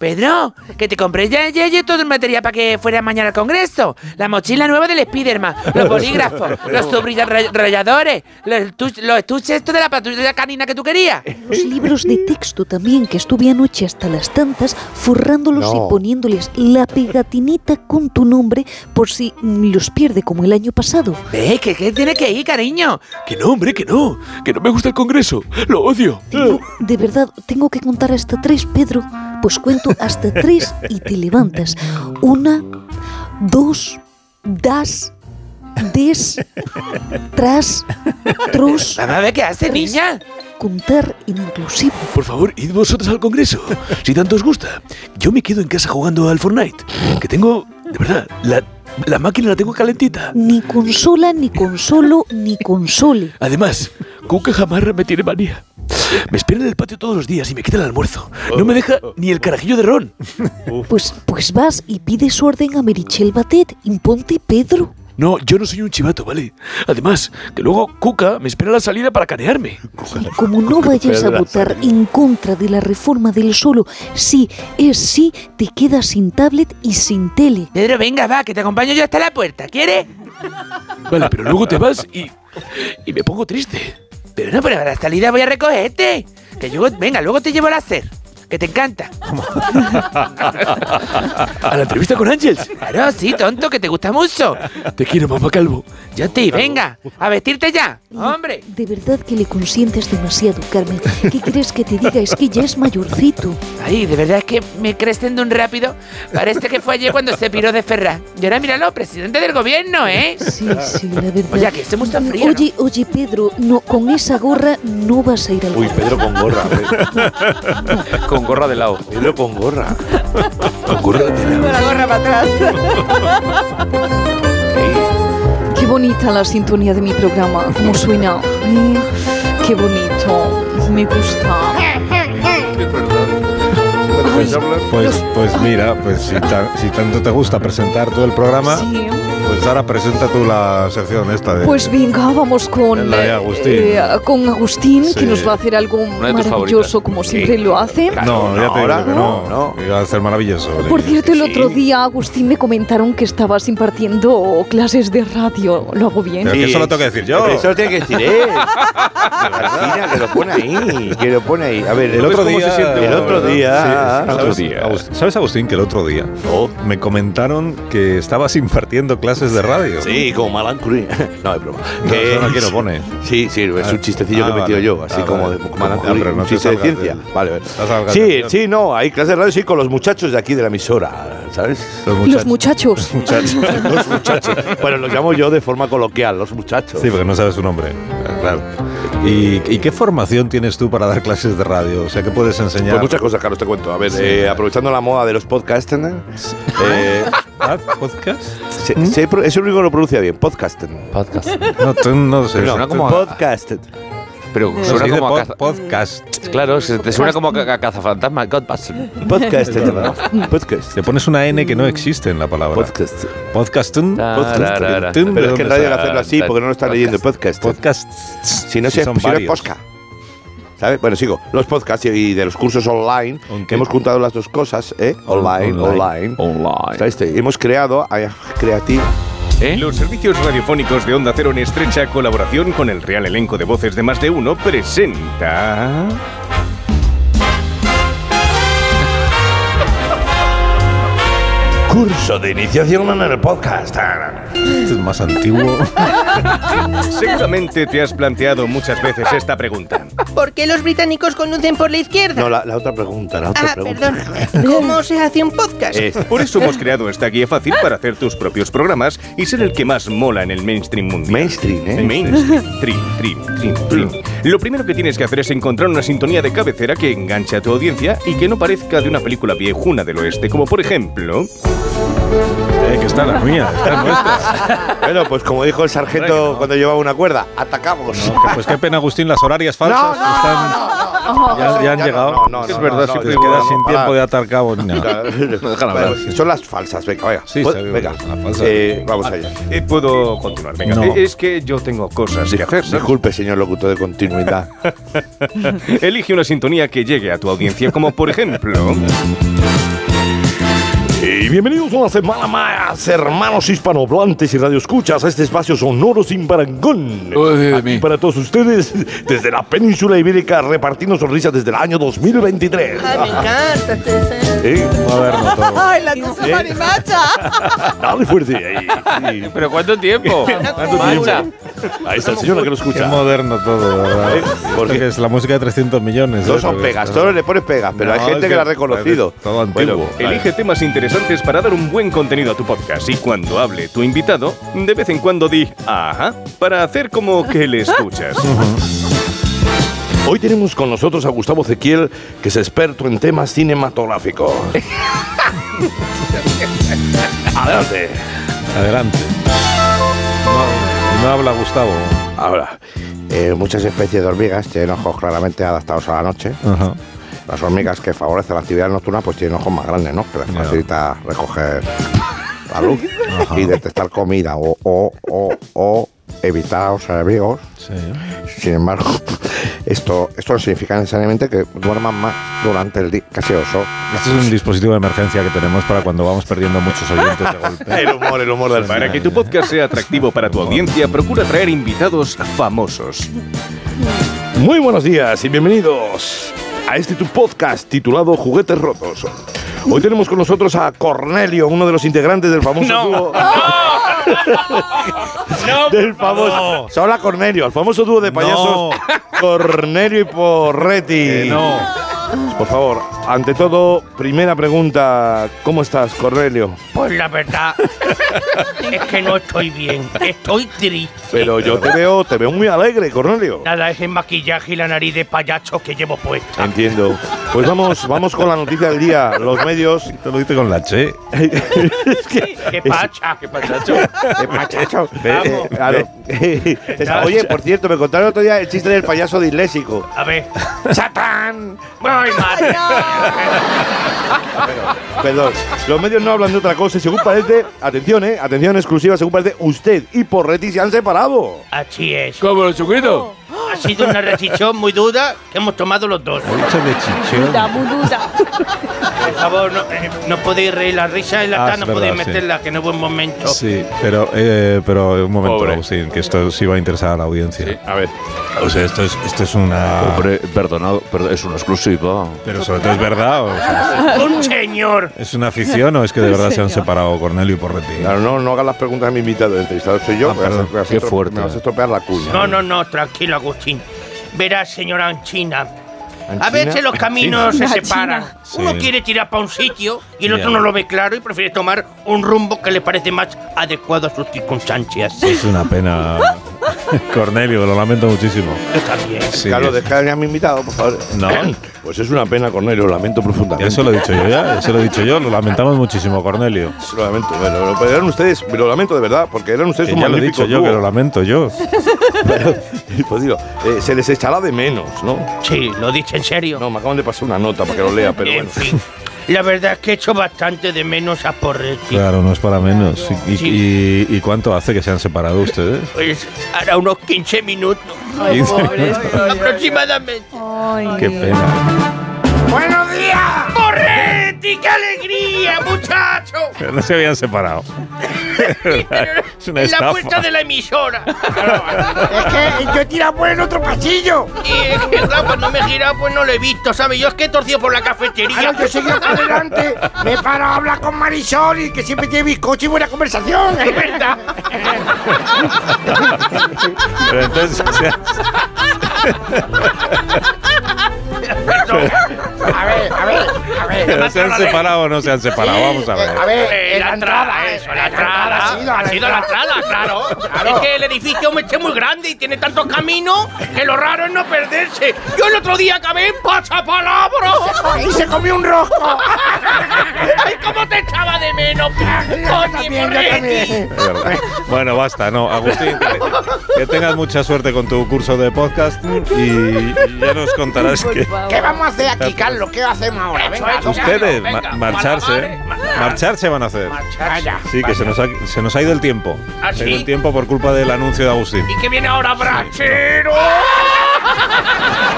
Speaker 11: Pedro, que te compré ya ayer todo el material para que fuera mañana al Congreso. La mochila nueva del Spiderman, los bolígrafos, los subrayadores, rayadores, los, estu- los estuches estos de la patrulla canina que tú querías.
Speaker 2: Los libros de texto también, que estuve anoche hasta las tantas, forrándolos
Speaker 11: No.
Speaker 2: y poniéndoles la pegatinita con tu nombre por si los pierde como el año pasado.
Speaker 11: ¿Ves? Que, que tiene que ir, cariño.
Speaker 12: Que no, hombre, que no. Que no me gusta el Congreso. Lo odio.
Speaker 2: Tengo- de verdad, tengo que contar hasta tres, Pedro. Pues cuento hasta tres y te levantas. Una, dos, das, des, tras, trus.
Speaker 11: Vamos a ver qué
Speaker 2: este
Speaker 11: hace, niña.
Speaker 2: Contar en inclusivo.
Speaker 12: Por favor, id vosotros al Congreso, si tanto os gusta. Yo me quedo en casa jugando al Fortnite, que tengo, de verdad, la, la máquina la tengo calentita.
Speaker 2: Ni consola, ni consolo, ni console.
Speaker 12: Además, Cuca Jamarra me tiene manía. Me espera en el patio todos los días y me quita el almuerzo. No me deja ni el carajillo de ron.
Speaker 2: Pues, pues vas y pides orden a Merichel Batet. Imponte, Pedro.
Speaker 12: No, yo no soy un chivato, ¿vale? Además, que luego Cuca me espera a la salida para canearme.
Speaker 2: Como no vayas a
Speaker 12: Pedro,
Speaker 2: votar en contra de la reforma del solo, sí es sí, te quedas sin tablet y sin tele.
Speaker 11: Pedro, venga, va, que te acompaño yo hasta la puerta. ¿Quieres?
Speaker 12: Vale, pero luego te vas y, y me pongo triste.
Speaker 11: Pero no, pero a la salida voy a recogerte. Que yo, venga, luego te llevo al hacer. Que te encanta.
Speaker 12: ¿A la entrevista con Ángels?
Speaker 11: Claro, sí, tonto, que te gusta mucho.
Speaker 12: Te quiero, mamá Calvo.
Speaker 11: Yo te, venga, a vestirte ya. Hombre.
Speaker 2: De verdad que le consientes demasiado, Carmen. ¿Qué crees que te diga? Es que ya es mayorcito.
Speaker 11: Ay, de verdad es que me crecen de un rápido. Parece que fue ayer cuando se piró de Ferraz. Y ahora míralo, presidente del gobierno, ¿eh?
Speaker 2: Sí, sí, la verdad.
Speaker 11: Oye, que estemos tan fríos.
Speaker 2: Oye, oye, Pedro, no, con esa gorra no vas a ir al
Speaker 5: Uy, Pedro con gorra. ¿eh?
Speaker 4: Con gorra de lado.
Speaker 5: Pedro con gorra.
Speaker 12: Con gorra de lado.
Speaker 7: la gorra para atrás.
Speaker 16: Qué bonita la sintonía de mi programa, cómo suena. Mm, Qué bonito, me gusta.
Speaker 1: Pues, pues mira, pues si, ta- si tanto te gusta presentar todo el programa,
Speaker 16: Sí.
Speaker 1: pues ahora presenta tú la sección esta de...
Speaker 16: Pues venga, vamos con,
Speaker 1: La de
Speaker 16: eh,
Speaker 1: Agustín.
Speaker 16: eh, con Agustín,
Speaker 1: Sí.
Speaker 16: que nos va a hacer algo
Speaker 1: Una de tus
Speaker 16: maravilloso, como siempre lo hace.
Speaker 1: no, ya te digo que no, Iba a ser maravilloso.
Speaker 16: Por cierto, el otro día, Agustín, me comentaron que estabas impartiendo clases de radio. ¿Lo hago bien?
Speaker 1: Pero que eso lo tengo que decir yo.
Speaker 5: Eso lo tiene que decir él. Martina, que lo pone ahí. Que lo pone ahí. A ver,
Speaker 1: El otro
Speaker 5: ¿cómo
Speaker 1: día.
Speaker 5: se siente? El otro día. Oh.
Speaker 1: Sí, sí, ¿sabes, Agustín, ¿Sabes, Agustín, que el otro día me comentaron que estabas impartiendo clases de radio?
Speaker 5: Sí, como Malan Cruz. No, es broma.
Speaker 1: No,
Speaker 5: Que-
Speaker 1: eso no aquí no pone.
Speaker 5: Sí, sí, es
Speaker 1: Ah,
Speaker 5: un chistecillo que
Speaker 1: ah,
Speaker 5: he metido
Speaker 1: vale.
Speaker 5: yo, así
Speaker 1: Ah,
Speaker 5: como
Speaker 1: vale.
Speaker 5: de como Alan
Speaker 1: Ah,
Speaker 5: Curie,
Speaker 1: pero no
Speaker 5: un
Speaker 1: te
Speaker 5: chiste de
Speaker 1: salgas del-
Speaker 5: ciencia. Vale, vale.
Speaker 1: No salgas del
Speaker 5: Sí,
Speaker 1: guión.
Speaker 5: sí, no, hay clases de radio, sí, con los muchachos de aquí de la emisora, ¿sabes?
Speaker 16: Los muchachos.
Speaker 5: los muchachos. Bueno, los llamo yo de forma coloquial, los muchachos.
Speaker 1: Sí, porque no sabes su nombre. Ah, Claro. ¿Y, y qué formación tienes tú para dar clases de radio? O sea, ¿qué puedes enseñar?
Speaker 5: Pues muchas cosas, Carlos, te cuento. A ver,
Speaker 1: Sí.
Speaker 5: eh, aprovechando la moda de los podcasts, ¿no? eh,
Speaker 1: Ah, ¿Podcast? ¿Mm?
Speaker 5: se- se pro- es el único que lo pronuncia bien, podcast. Podcast.
Speaker 1: No, tú no sé.
Speaker 5: No,
Speaker 1: Suena
Speaker 5: como
Speaker 1: como a-
Speaker 5: podcast.
Speaker 4: Pero
Speaker 5: No,
Speaker 4: suena
Speaker 5: sí, de
Speaker 4: como
Speaker 5: pod-
Speaker 4: a podcast. Claro, se te suena como a, ca- a cazafantasma. Godpass.
Speaker 5: Podcast, de verdad. Podcast.
Speaker 1: Te pones una N que no existe en la palabra.
Speaker 5: Podcast.
Speaker 1: Podcastun.
Speaker 5: Podcast. Pero es que en radio hay que hacerlo así porque no lo están leyendo. Podcast.
Speaker 1: Podcast.
Speaker 5: Si no
Speaker 1: Sí,
Speaker 5: se
Speaker 1: son
Speaker 5: si no es
Speaker 1: varios.
Speaker 5: posca. ¿Sabes? Bueno, sigo. Los podcasts y de los cursos online. Hemos juntado las dos cosas, ¿eh? Online, online.
Speaker 10: online.
Speaker 5: ¿Sabes? Te- Hemos creado a Creative.
Speaker 10: Los servicios radiofónicos de Onda Cero en estrecha colaboración con el Real Elenco de Voces de Más de Uno presenta...
Speaker 5: Curso de iniciación en el podcast.
Speaker 1: Esto es más antiguo.
Speaker 10: Seguramente te has planteado muchas veces esta pregunta.
Speaker 6: ¿Por qué los británicos conducen por la izquierda?
Speaker 10: No, la, otra pregunta, la
Speaker 6: ah, perdón. ¿Cómo se hace un podcast?
Speaker 10: Por eso hemos creado esta guía fácil para hacer tus propios programas y ser el que más mola en el mainstream mundial. Mainstream, ¿eh? Mainstream. Trim, trim, trim, trim. Lo primero que tienes que hacer es encontrar una sintonía de cabecera que enganche a tu audiencia y que no parezca de una película viejuna del oeste, como por ejemplo...
Speaker 1: Eh, que está la mía, está
Speaker 5: Bueno, pues como dijo el sargento cuando llevaba una cuerda, atacamos.
Speaker 1: Pues qué pena, Agustín, las horarias falsas están Ya, ya han llegado. es verdad, si te quedas sin tiempo de atar cabos. No.
Speaker 5: Déjala
Speaker 1: hablar.
Speaker 5: Son las falsas, venga, vaya.
Speaker 1: Sí,
Speaker 5: Pues,
Speaker 1: sabemos
Speaker 5: venga.
Speaker 1: que son las falsas.
Speaker 5: Eh, vamos allá.
Speaker 10: Eh, puedo continuar, venga.
Speaker 5: No.
Speaker 10: Eh, Es que yo tengo cosas que hacer. ¿no?
Speaker 5: Disculpe, señor locutor de continuidad.
Speaker 10: Elige una sintonía que llegue a tu audiencia, como por ejemplo.
Speaker 17: Y bienvenidos una semana más, hermanos hispanohablantes y radioescuchas, a este espacio sonoro sin parangón. Aquí para todos ustedes, desde la península ibérica, repartiendo sonrisas desde el año 2023.
Speaker 6: Ay, me encanta este
Speaker 17: Ah, ¿Eh?
Speaker 6: Ay, la tusa marimacha.
Speaker 17: Dale fuerte ahí.
Speaker 4: ¿Pero cuánto tiempo? Marcha.
Speaker 17: Ahí está el señor que lo escucha.
Speaker 1: Qué moderno todo, de ¿verdad?
Speaker 5: Porque-
Speaker 1: Porque es la música de 300 millones.
Speaker 5: No
Speaker 1: ¿eh?
Speaker 5: son
Speaker 1: Porque-
Speaker 5: pegas, solo le pones pegas, pero hay
Speaker 1: No,
Speaker 5: gente
Speaker 1: es
Speaker 5: que la ha reconocido.
Speaker 1: Todo antiguo.
Speaker 10: Bueno, elige temas interesantes para dar un buen contenido a tu podcast y cuando hable tu invitado, de vez en cuando di ajá para hacer como que le escuchas.
Speaker 17: Hoy tenemos con nosotros a Gustavo Ezequiel, que es experto en temas cinematográficos. Adelante.
Speaker 1: Adelante. No, no habla Gustavo.
Speaker 5: Ahora, eh, muchas especies de hormigas tienen ojos claramente adaptados a la noche.
Speaker 1: Ajá.
Speaker 5: Las hormigas que favorecen la actividad nocturna pues tienen ojos más grandes, ¿no? Que les facilita recoger la luz y detectar comida o, o, o, o evitar a los enemigos. Sin embargo, esto, esto no significa necesariamente que duerman más durante el día, casi oso.
Speaker 1: Este es un dispositivo de emergencia que tenemos para cuando vamos perdiendo muchos oyentes de golpe.
Speaker 10: El humor, el humor del Para que tu podcast sea atractivo para tu audiencia, procura traer invitados famosos.
Speaker 17: Muy buenos días y bienvenidos a este tu podcast titulado Juguetes Rotos. Hoy tenemos con nosotros a Cornelio, uno de los integrantes del famoso dúo. del famoso. Se habla Cornelio, el famoso dúo de payasos Cornelio y Porretti.
Speaker 1: Eh,
Speaker 17: no. Por favor, ante todo, primera pregunta, ¿cómo estás, Cornelio?
Speaker 18: Pues la verdad es que no estoy bien, estoy triste.
Speaker 17: Pero yo te veo, te veo muy alegre, Cornelio.
Speaker 18: Nada, es el maquillaje y la nariz de payacho que llevo puesta.
Speaker 17: Entiendo. Pues vamos, vamos con la noticia del día. Los medios. Te
Speaker 1: lo dice con la che.
Speaker 18: ¡Qué pacha! ¡Qué pachacho!
Speaker 5: ¡Qué pachacho!
Speaker 18: Vamos.
Speaker 5: Oye, por cierto, me contaron otro día el chiste del payaso disléxico.
Speaker 18: A ver. ¡Satán! ¡Voy, madre!
Speaker 17: Perdón, los medios no hablan de otra cosa y según parece, atención, eh, atención exclusiva, según parece, usted y Porretti se han separado.
Speaker 18: Así es.
Speaker 17: ¿Cómo, los chucritos?
Speaker 18: Ha sido una decisión muy dura que hemos tomado los dos.
Speaker 1: de chichón.
Speaker 18: muy dura. Por favor, no, eh, no podéis reír. La risa es la
Speaker 1: Ah,
Speaker 18: cara,
Speaker 1: es
Speaker 18: no
Speaker 1: verdad,
Speaker 18: podéis
Speaker 1: sí.
Speaker 18: meterla, que no es buen momento.
Speaker 1: Sí, pero, eh, pero un momento,
Speaker 18: Pobre.
Speaker 1: Agustín, que esto sí va a interesar a la audiencia.
Speaker 18: a ver.
Speaker 1: O sea, esto es, esto es una.
Speaker 15: Hombre, perdonado, pero es una exclusiva.
Speaker 1: Pero sobre todo es verdad. o sea,
Speaker 18: Un señor.
Speaker 1: ¿Es una afición o es que de verdad se han separado Cornelio y Porretti? Ah,
Speaker 5: Claro, no, no hagas las preguntas a mi invitado, el entrevistado soy yo. me vas a-
Speaker 1: perdón.
Speaker 5: me vas a
Speaker 1: Qué
Speaker 5: estrope-
Speaker 1: fuerte.
Speaker 5: Me vas a estropear la cuña.
Speaker 18: No, no, no, tranquilo, Agustín. Verás, señora Anchina.
Speaker 5: ¿Anchina?
Speaker 18: A veces los caminos
Speaker 5: Anchina.
Speaker 18: se separan.
Speaker 5: Sí.
Speaker 18: Uno quiere tirar para un sitio y el
Speaker 5: Ya.
Speaker 18: otro no lo ve claro y prefiere tomar un rumbo que le parece más adecuado a sus circunstancias.
Speaker 1: Es una pena. Cornelio, lo lamento muchísimo. Sí.
Speaker 5: Carlos, déjame a mi invitado, por favor.
Speaker 1: No.
Speaker 17: Pues es una pena, Cornelio, lo lamento profundamente.
Speaker 1: Eso lo he dicho yo ya, eso lo he dicho yo, lo lamentamos muchísimo, Cornelio.
Speaker 17: Se Lo lamento, pero, pero eran ustedes, me lo lamento de verdad, porque eran ustedes
Speaker 1: Que
Speaker 17: un
Speaker 1: ya lo he
Speaker 17: magnífico
Speaker 1: dicho yo,
Speaker 17: dúo.
Speaker 1: que lo lamento yo.
Speaker 17: Pues digo, eh, se les echará de menos, ¿no?
Speaker 18: Sí, lo dicho en serio.
Speaker 17: No, me acaban de pasar una nota para que lo lea, pero
Speaker 18: En
Speaker 17: bueno.
Speaker 18: fin, la verdad es que he hecho bastante de menos a Porretti.
Speaker 1: Claro, no es para menos. ¿Y, y- y- y cuánto hace que se han separado ustedes?
Speaker 18: Pues hará unos 15 minutos.
Speaker 1: Ay, 15 pobre. minutos.
Speaker 18: Aproximadamente.
Speaker 1: Qué pena.
Speaker 18: ¡Buenos días! ¡Porretti! ¡Qué alegría, muchacho!
Speaker 1: Pero no se habían separado. es una
Speaker 18: en la
Speaker 1: estafa.
Speaker 18: puerta de la emisora.
Speaker 14: Es que yo he tirado por el otro pasillo.
Speaker 18: Y es que, claro, pues no me he girado, pues no lo he visto, ¿sabes? Yo es que he torcido por la cafetería.
Speaker 14: Claro, yo seguí hasta adelante. Me he parado a hablar con Marisol y que siempre tiene bizcocho y buena conversación.
Speaker 18: Es verdad.
Speaker 1: Pero entonces, o sea,
Speaker 14: A ver, a ver, a ver.
Speaker 1: ¿Se han separado o no se han separado? Vamos a ver.
Speaker 6: A ver,
Speaker 18: Eh,
Speaker 6: en la entrada,
Speaker 18: eso, la entrada.
Speaker 6: Ha sido,
Speaker 18: Ha sido la entrada, claro. Es que el edificio me eché muy grande y tiene tantos caminos que lo raro es no perderse. Yo el otro día acabé en pasapalabra.
Speaker 6: Y se comió un rosco.
Speaker 18: ¡Ay, cómo te echaba de menos! ¡Coño, Morretti!
Speaker 1: Es verdad. Bueno, basta, no. Agustín, que- que tengas mucha suerte con tu curso de podcast y, y ya nos contarás que pues.
Speaker 6: ¿Qué vamos a hacer aquí, Carlos? ¿Qué hacemos ahora? Venga,
Speaker 1: ustedes ma- marcharse, marcharse van a hacer.
Speaker 6: Vaya.
Speaker 1: Sí, que se nos, ha, se nos ha ido el tiempo.
Speaker 18: ¿Ah,
Speaker 1: Se ha ido
Speaker 18: sí?
Speaker 1: el tiempo por culpa del anuncio de Agustín.
Speaker 18: ¿Y qué viene ahora, brachero?
Speaker 6: ¡Oh!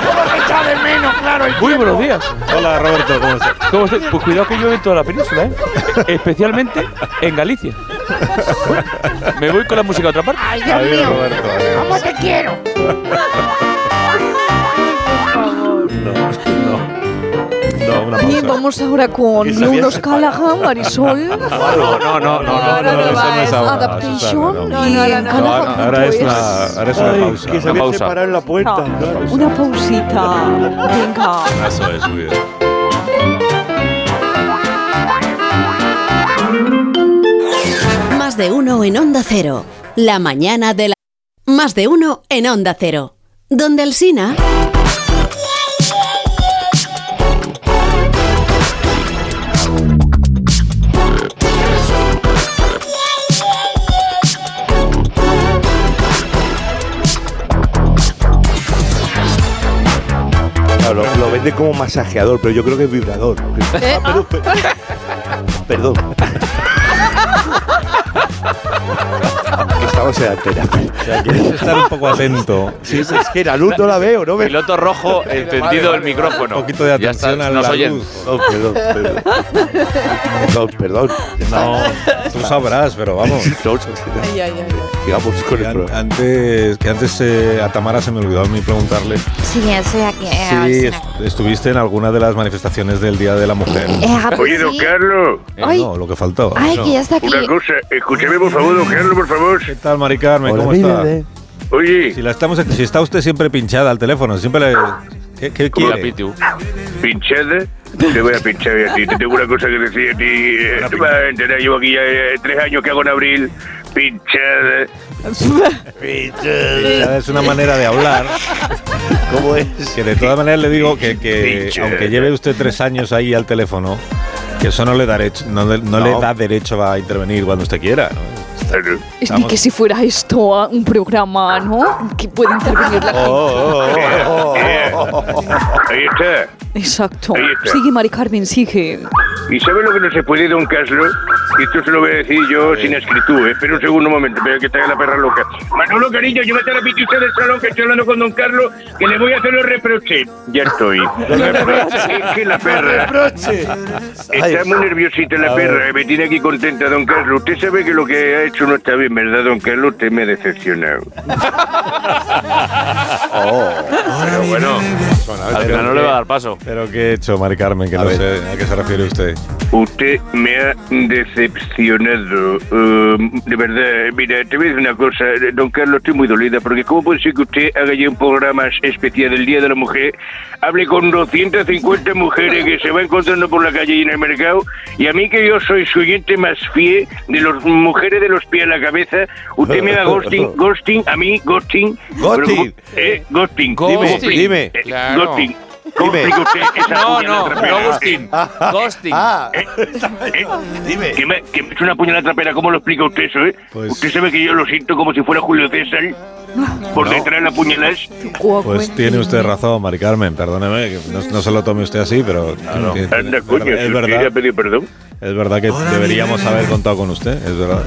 Speaker 6: ¿Cómo te echa de menos, claro? el
Speaker 15: Muy buenos días.
Speaker 1: Hola, Roberto, ¿cómo estás?
Speaker 15: ¿Cómo estás? Pues cuidado que llueve en toda la península, ¿eh? Especialmente en Galicia. Me voy con la música a otra parte.
Speaker 6: Ay, Dios mío. ¿Cómo te quiero?
Speaker 1: No, una
Speaker 16: Y
Speaker 1: pausa.
Speaker 16: vamos ahora con
Speaker 1: ¿Y sabías-
Speaker 16: Nunos Callahan, Marisol.
Speaker 1: No, no, no, no, no,
Speaker 16: Ahora
Speaker 1: no,
Speaker 16: no
Speaker 1: eso
Speaker 16: va,
Speaker 1: no es
Speaker 16: es
Speaker 1: ahora,
Speaker 16: adaptation
Speaker 1: Susana,
Speaker 16: y
Speaker 1: no.
Speaker 16: en
Speaker 1: No,
Speaker 16: Callahan
Speaker 1: ahora- ahora es una, ahora es una
Speaker 5: pues, Ay,
Speaker 1: pausa.
Speaker 5: que se
Speaker 1: una
Speaker 5: había
Speaker 1: pausa.
Speaker 5: separado en la puerta.
Speaker 16: Una pausita. Venga.
Speaker 1: Eso es, muy bien.
Speaker 13: Más de uno en Onda Cero. La mañana de la... Más de uno en Onda Cero. Donde el Sina...
Speaker 5: Claro, lo vende como masajeador, pero yo creo que es vibrador.
Speaker 6: ¿Eh?
Speaker 5: Ah, pero- perdón. Que Estamos en altera.
Speaker 1: Tienes que estar un poco atento.
Speaker 5: Sí, sí, es que la luz no la veo, ¿no? Me...
Speaker 12: Piloto rojo, encendido el micrófono.
Speaker 1: Un poquito de
Speaker 12: Ya está,
Speaker 1: atención a
Speaker 12: nos
Speaker 1: la
Speaker 12: oyen.
Speaker 1: luz.
Speaker 5: No, perdón, perdón. No, perdón.
Speaker 1: No, tú sabrás, pero vamos.
Speaker 16: Ay, ay, ay.
Speaker 5: Sigamos con
Speaker 1: Que an- antes, que antes eh, a Tamara se me olvidó a mí preguntarle
Speaker 8: Sí, estoy aquí. eh,
Speaker 1: si
Speaker 8: Alcina.
Speaker 1: est- estuviste en alguna de las manifestaciones del Día de la Mujer.
Speaker 8: Eh, ah, pues
Speaker 19: Oye, don
Speaker 8: sí.
Speaker 19: Carlos.
Speaker 1: Eh, no, lo que faltaba.
Speaker 8: Ay,
Speaker 1: no.
Speaker 8: que ya está aquí.
Speaker 19: Una cosa, escúcheme por favor, don Carlos, por favor. eh.
Speaker 1: ¿Qué tal, Mari Carmen? ¿Cómo está?
Speaker 19: Oye.
Speaker 1: Si, la estamos, si está usted siempre pinchada al teléfono, siempre le... ¿Qué, qué
Speaker 19: Como la
Speaker 1: quiere?
Speaker 19: pinchada. Te voy a pinchar a ti. Te tengo una cosa que decir a ti. eh, Tú vas a enterar, llevo aquí ya eh, tres años que hago en abril. Pinchada.
Speaker 1: Pinchada es una manera de hablar. ¿Cómo es? Que de todas maneras le digo que, que
Speaker 19: Pinchada.
Speaker 1: aunque lleve usted tres años ahí al teléfono, que eso no le da, derecho- no, le- no le da derecho a intervenir cuando usted quiera. ¿no?
Speaker 16: Es ni que si fuera esto ah, un programa, ¿no? Que puede intervenir
Speaker 1: Oh.
Speaker 16: la gente.
Speaker 19: Eh, Ahí está.
Speaker 16: Exacto.
Speaker 19: Ahí está.
Speaker 16: Sigue, Mari Carmen, sigue.
Speaker 19: ¿Y sabe lo que no se puede, don Carlos? Y esto se lo voy a decir yo sin escritura. Espera un segundo un momento, espera que te haga la perra loca. Manolo, cariño, llévate a la pitucha del salón que estoy hablando con don Carlos, que le voy a hacer los reproches. Ya estoy. Los reproches. Es que la perra. Está muy nerviosita la perra, eh, me tiene aquí contenta, don Carlos. Usted sabe que lo que ha hecho no está bien, ¿verdad, don Carlos? Usted me ha decepcionado.
Speaker 1: Pero bueno,
Speaker 12: al final no le va a dar paso.
Speaker 1: Pero qué he hecho, Mari Carmen, que no sé a qué se refiere usted.
Speaker 19: Usted me ha decepcionado. Um, de verdad, mira, te voy a decir una cosa, don Carlos, estoy muy dolida, porque ¿cómo puede ser que usted haga ya un programa especial del Día de la Mujer, hable con 250 mujeres que se va encontrando por la calle y en el mercado, y a mí que yo soy su oyente más fiel de las mujeres de los pies a la cabeza, usted me haga ghosting, ghosting, a mí, ghosting.
Speaker 5: Ghosting.
Speaker 19: Pero, ¿eh? Ghosting.
Speaker 5: Dime, dime.
Speaker 19: Eh,
Speaker 5: Claro.
Speaker 19: Ghosting. ¿Cómo
Speaker 5: Dime.
Speaker 19: explica usted esa
Speaker 12: No,
Speaker 19: puñalada
Speaker 12: no,
Speaker 19: trapera?
Speaker 12: no ghosting.
Speaker 5: Ah.
Speaker 12: Ghosting.
Speaker 4: Eh,
Speaker 19: Dime. Que me, que me eche una puñalada trapera, ¿cómo lo explica usted eso, eh? Usted sabe que yo lo siento como si fuera Julio César por detrás de la puñalada.
Speaker 1: Pues tiene usted razón, Mari Carmen, perdóneme, que no, no se lo tome usted así, pero tiene- tiene-
Speaker 19: Anda, coño,
Speaker 1: es
Speaker 19: Eh, si
Speaker 1: verdad,
Speaker 19: usted ya pidió perdón.
Speaker 1: es verdad que deberíamos haber contado con usted, es verdad.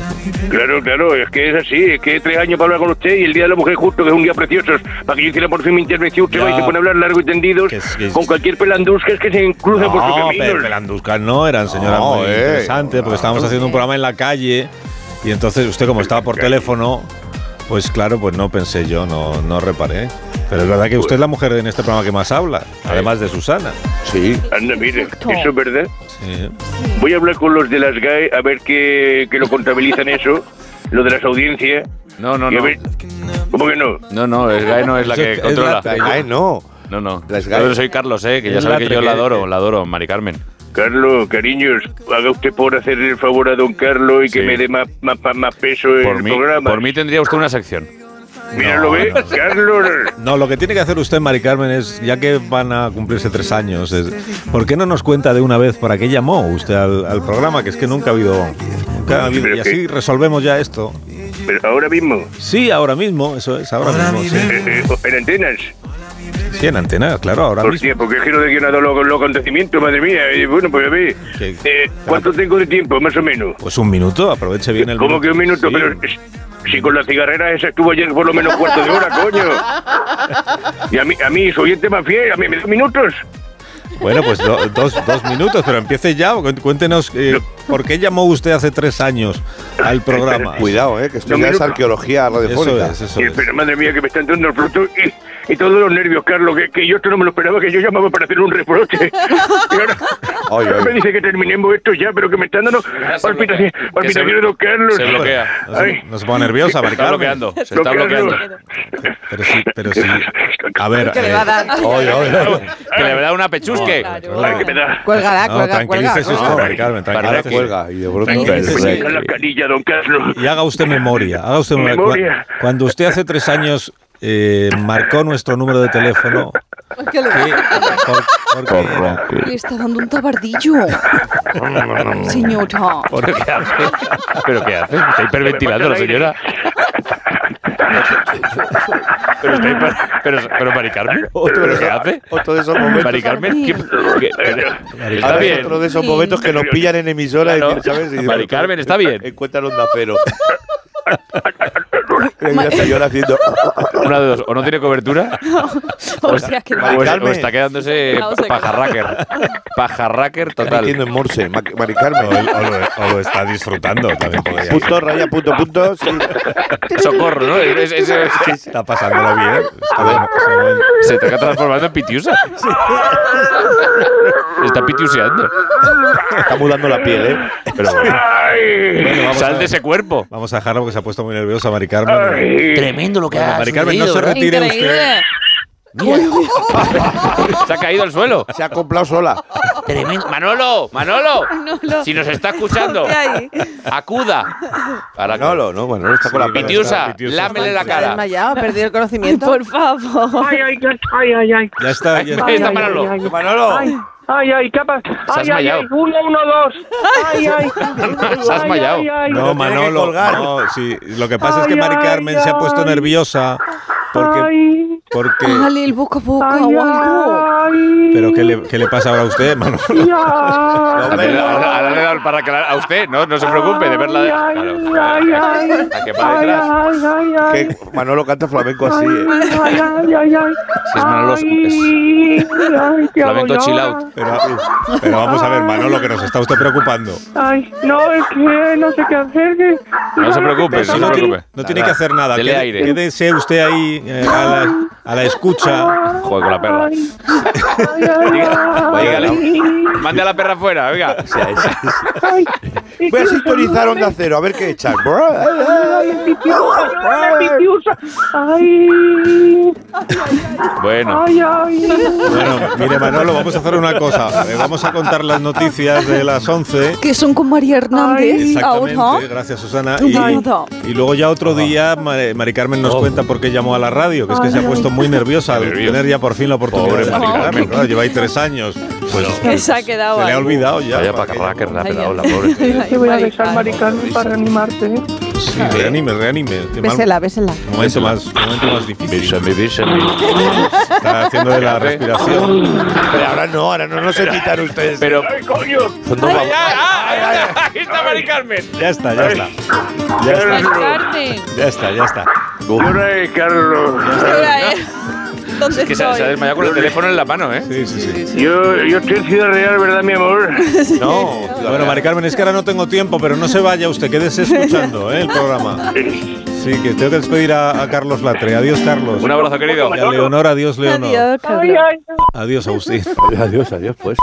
Speaker 19: Claro, claro, es que es así, es que tres años para hablar con usted y el Día de la Mujer justo, que es un día precioso, para que yo hiciera por fin mi intervención, usted
Speaker 1: Ya.
Speaker 19: va y se pone a hablar largo y tendidos con cualquier pelanduscas que se cruza por su
Speaker 1: No,
Speaker 19: camino.
Speaker 1: pero Pelanduscas no, eran señoras
Speaker 5: No,
Speaker 1: muy
Speaker 5: eh,
Speaker 1: interesantes, porque estábamos haciendo un programa en la calle y entonces usted como estaba por teléfono, pues claro, pues no pensé yo, no, no reparé. Pero es verdad que usted es la mujer en este programa que más habla, además de Susana.
Speaker 5: Sí.
Speaker 19: Anda, mire, eso es verdad. Voy a hablar con los de las GAE a ver que, que lo contabilizan eso, lo de las audiencias.
Speaker 12: No, no,
Speaker 19: Y a
Speaker 12: no.
Speaker 19: ver- ¿Cómo que no?
Speaker 12: No, no, el GAE no es la que controla.
Speaker 5: Ay, Ah, eh, no.
Speaker 12: No, no.
Speaker 5: Las
Speaker 12: Yo
Speaker 5: GAE.
Speaker 12: soy Carlos, eh, que ya
Speaker 5: Es
Speaker 12: sabe
Speaker 5: la
Speaker 12: que yo
Speaker 5: que-
Speaker 12: la adoro, la adoro, Mari Carmen.
Speaker 19: Carlos, cariños, haga usted por hacer el favor a don Carlos y que
Speaker 4: Sí.
Speaker 19: me dé más, más, más peso el
Speaker 4: Por mí,
Speaker 19: programa.
Speaker 4: por mí tendría usted una sección.
Speaker 19: Mira, ¿lo ve? Carlos,
Speaker 1: No, lo que tiene que hacer usted, Mari Carmen, es, ya que van a cumplirse tres años, es- ¿por qué no nos cuenta de una vez para qué llamó usted al, al programa? Que es que nunca ha habido... nunca ha habido-
Speaker 19: Pero
Speaker 1: y
Speaker 19: que-
Speaker 1: así resolvemos ya esto.
Speaker 19: pero ahora mismo,
Speaker 1: Sí, ahora mismo, eso es, ahora, mismo. Sí.
Speaker 19: eh, eh, en antenas.
Speaker 1: Sí, en antena, claro, ahora mismo.
Speaker 19: Hostia, porque giro de guionado los, los acontecimientos, madre mía. Eh, bueno, pues a ver, eh, ¿cuánto tengo de tiempo, más o menos?
Speaker 1: Pues un minuto, aproveche bien el
Speaker 19: ¿Cómo
Speaker 1: minuto.
Speaker 19: que un minuto? Pero eh, si con las cigarreras esa estuvo ayer por lo menos cuarto de hora, coño. Y a mí, a mí, soy oyente más fiel, a mí me da minutos.
Speaker 1: Bueno, pues do- dos, dos minutos, pero empiece ya. cu- Cuéntenos eh, por qué llamó usted hace tres años al programa.
Speaker 5: Cuidado, eh, que esto
Speaker 1: No,
Speaker 5: ya es
Speaker 1: minuto.
Speaker 5: arqueología radiofónica.
Speaker 1: Eso es, eso
Speaker 19: Eh, Pero madre mía, que me está entrando el fruto y, y todos los nervios, Carlos, que, que yo esto no me lo esperaba, que yo llamaba para hacer un reproche. Y ahora,
Speaker 5: Oye,
Speaker 19: ahora me dice que terminemos esto ya, pero que me están dando palpitaciones, palpitaciones, don Carlos.
Speaker 1: se bloquea. No se- no se ponga nerviosa, Mari
Speaker 4: Está
Speaker 1: Carmen.
Speaker 4: bloqueando, se
Speaker 19: Don
Speaker 4: está bloqueando.
Speaker 19: Carlos,
Speaker 1: Pero sí, pero sí. A ver.
Speaker 5: eh,
Speaker 19: Que le va a dar.
Speaker 1: oye, oye, oye.
Speaker 4: Que le dará una pechusque.
Speaker 1: Ay, que me
Speaker 19: da.
Speaker 7: Cuélgala,
Speaker 1: No,
Speaker 7: cuelga, cuelga.
Speaker 1: tranquilícese
Speaker 7: ¿no?
Speaker 1: usted, Mari Carmen,
Speaker 5: Ahora
Speaker 1: tranquilícese.
Speaker 5: cuelga y de pronto-
Speaker 1: Tranquilícese.
Speaker 19: la canilla, don Carlos.
Speaker 1: Y haga usted memoria. Haga usted memoria.
Speaker 19: Memoria.
Speaker 1: Cu- Cuando usted hace tres años eh, marcó nuestro número de teléfono,
Speaker 16: ¿Qué le
Speaker 1: ¿por, por qué era?
Speaker 16: Le está dando un tabardillo.
Speaker 5: Mm.
Speaker 16: Señora.
Speaker 4: ¿Pero qué hace? ¿Pero qué hace? Está hiperventilando la señora. Pero, está hiper... pero, pero Mari Carmen, ¿pero qué hace?
Speaker 5: Otro de esos momentos.
Speaker 4: Mari Carmen, ¿qué- qué-
Speaker 5: Ahora
Speaker 4: está
Speaker 5: es
Speaker 4: bien.
Speaker 5: otro de esos momentos que nos pillan en emisora y ¿sabes? Y-
Speaker 4: Mari Carmen, está bien.
Speaker 5: Encuentra el onda cero. Mira, está llorando haciendo.
Speaker 4: Una de dos, o no tiene cobertura, o,
Speaker 5: Pues
Speaker 16: o
Speaker 4: está-
Speaker 16: sea, que
Speaker 4: Pues, o es- o está quedándose
Speaker 16: No, o sea que-
Speaker 4: pajarracker. Pajarracker
Speaker 5: Está
Speaker 4: total.
Speaker 5: metiendo en Morse, Ma- Mari Carmen.
Speaker 1: O, lo, o lo está disfrutando también. podría ser.
Speaker 5: Punto, raya, punto, punto. sí.
Speaker 4: Socorro, ¿no? Es- es- es-
Speaker 1: Está pasándolo bien. Está bien.
Speaker 4: Se está transformando en pitiusa. Está pitiuseando.
Speaker 5: Está mudando la piel, ¿eh?
Speaker 4: Pero
Speaker 1: Bueno, vamos
Speaker 4: Sal
Speaker 1: a-
Speaker 4: de ese cuerpo.
Speaker 1: Vamos a dejarlo porque se ha puesto muy nerviosa Mari Carmen.
Speaker 11: Tremendo lo que
Speaker 1: Bueno,
Speaker 11: ha
Speaker 1: Mari Carmen, no
Speaker 11: sucedido,
Speaker 1: se
Speaker 11: ¿verdad?
Speaker 1: retire usted.
Speaker 4: Se ha caído al suelo.
Speaker 5: Se ha comprado sola.
Speaker 11: Tremendo. Manolo, Manolo. Si nos está escuchando, acuda.
Speaker 5: Manolo, no, Manolo está con la piel.
Speaker 11: Pitiusa,
Speaker 5: Pitiusa.
Speaker 11: lámele la
Speaker 7: Se ha
Speaker 11: cara.
Speaker 7: desmayado, ha perdido el conocimiento. Por favor.
Speaker 6: Ay, ay, ay, ay, ay.
Speaker 1: Ya está. Ya
Speaker 6: Ahí está Manolo.
Speaker 5: Manolo.
Speaker 6: Ay, ay, ay, ¿qué pasa?
Speaker 4: has
Speaker 6: Ay, ay,
Speaker 4: mareado.
Speaker 6: ay, uno, uno, dos. Ay, ay.
Speaker 4: Se has
Speaker 6: Ay,
Speaker 4: mallado.
Speaker 6: ay, ay.
Speaker 1: No, Manolo. No, sí. Lo que pasa es que
Speaker 6: Ay,
Speaker 1: Mari
Speaker 6: ay,
Speaker 1: Carmen se ha puesto
Speaker 6: ay.
Speaker 1: nerviosa porque.
Speaker 6: Ay,
Speaker 1: porque
Speaker 16: Dale el boca a boca
Speaker 6: ay,
Speaker 16: o algo.
Speaker 6: ay.
Speaker 1: ¿Pero qué le, qué le pasa ahora a usted, Manolo?
Speaker 6: Ya.
Speaker 4: Ahora ahora le he dado para aclarar a usted, no, no se preocupe de verla. de- Claro.
Speaker 6: Ay, ay.
Speaker 4: La que para
Speaker 6: Ay,
Speaker 4: detrás.
Speaker 6: ay, ay, ay.
Speaker 5: Que Manolo canta flamenco así,
Speaker 6: Ay,
Speaker 5: ¿eh?
Speaker 6: ay, ay, ay, ay.
Speaker 4: Si es Manolo, es-
Speaker 6: Ay, ay, qué
Speaker 4: Flamenco
Speaker 6: abuela.
Speaker 4: chill out.
Speaker 1: Pero, pero vamos a ver, Manolo, que nos está usted preocupando.
Speaker 6: Ay, no, es que no sé qué hacer. que-
Speaker 4: No se preocupe,
Speaker 1: Pero
Speaker 4: no
Speaker 1: si
Speaker 4: se
Speaker 1: no, tiene,
Speaker 4: preocupe.
Speaker 1: no tiene que hacer nada.
Speaker 4: Dele
Speaker 1: Quede-
Speaker 4: aire.
Speaker 1: Quédese usted ahí eh, a, la, a la escucha.
Speaker 4: Joder, con la perra.
Speaker 6: Ay, ay, ay,
Speaker 4: Dígale.
Speaker 6: ay.
Speaker 4: Mande a la perra afuera, venga.
Speaker 6: Ay,
Speaker 5: Voy a sintonizar onda cero, a ver qué echan. Ay,
Speaker 6: pitiusa. Ay,
Speaker 4: Bueno,
Speaker 6: ay, ay.
Speaker 1: Bueno, mire, Manolo, vamos a hacer una cosa. Eh, Vamos a contar las noticias de las 11.
Speaker 16: Que son con María Hernández
Speaker 1: Exactamente,
Speaker 16: ahora.
Speaker 1: gracias Susana.
Speaker 16: Un saludo.
Speaker 1: Y, y luego ya otro día Mari Mari Carmen
Speaker 4: Oh.
Speaker 1: nos cuenta por qué llamó a la radio, que es que se ha puesto muy nerviosa al tener ya por fin la oportunidad.
Speaker 4: Pobre
Speaker 1: de
Speaker 4: Mari
Speaker 1: hablar,
Speaker 4: Carmen.
Speaker 1: claro, lleva ahí tres años. Pues
Speaker 16: Se ha quedado.
Speaker 1: se le ha
Speaker 16: algo.
Speaker 1: olvidado ya.
Speaker 4: Vaya
Speaker 1: para que-
Speaker 4: pajarracker, la ha pegado la pobre.
Speaker 6: Te voy a besar, Mari Carmen, para ¿eh? animarte.
Speaker 1: Sí, reanime, reanime. Qué mal-
Speaker 7: Bésela, bésela.
Speaker 1: Momento más, momento más difícil.
Speaker 4: Bésame, bésame.
Speaker 1: Está haciendo de la respiración.
Speaker 5: Pero ahora no, ahora no, no se quitan ustedes.
Speaker 4: Pero.
Speaker 19: coño!
Speaker 5: Son dos babos.
Speaker 4: Aquí ah, está Mari Carmen.
Speaker 1: Ya está, ya está. Ya está, ya está, ya está.
Speaker 19: Llora, eh, Carlos.
Speaker 16: eh. ¿Dónde
Speaker 4: Que se, se ha desmayado con el teléfono en la mano, ¿eh?
Speaker 1: Sí, sí, sí.
Speaker 19: Yo, yo estoy en Ciudad Real, ¿verdad, mi amor?
Speaker 1: No, bueno, Mari Carmen, es que ahora no tengo tiempo, pero no se vaya usted, quédese escuchando ¿eh? el programa. Sí, que tengo que despedir a, a Carlos Latre. Adiós, Carlos.
Speaker 4: Un abrazo, querido.
Speaker 1: Y a Leonor, adiós, Leonor.
Speaker 16: Adiós, Carlos.
Speaker 1: Adiós, Agustín.
Speaker 5: Adiós, adiós, pues.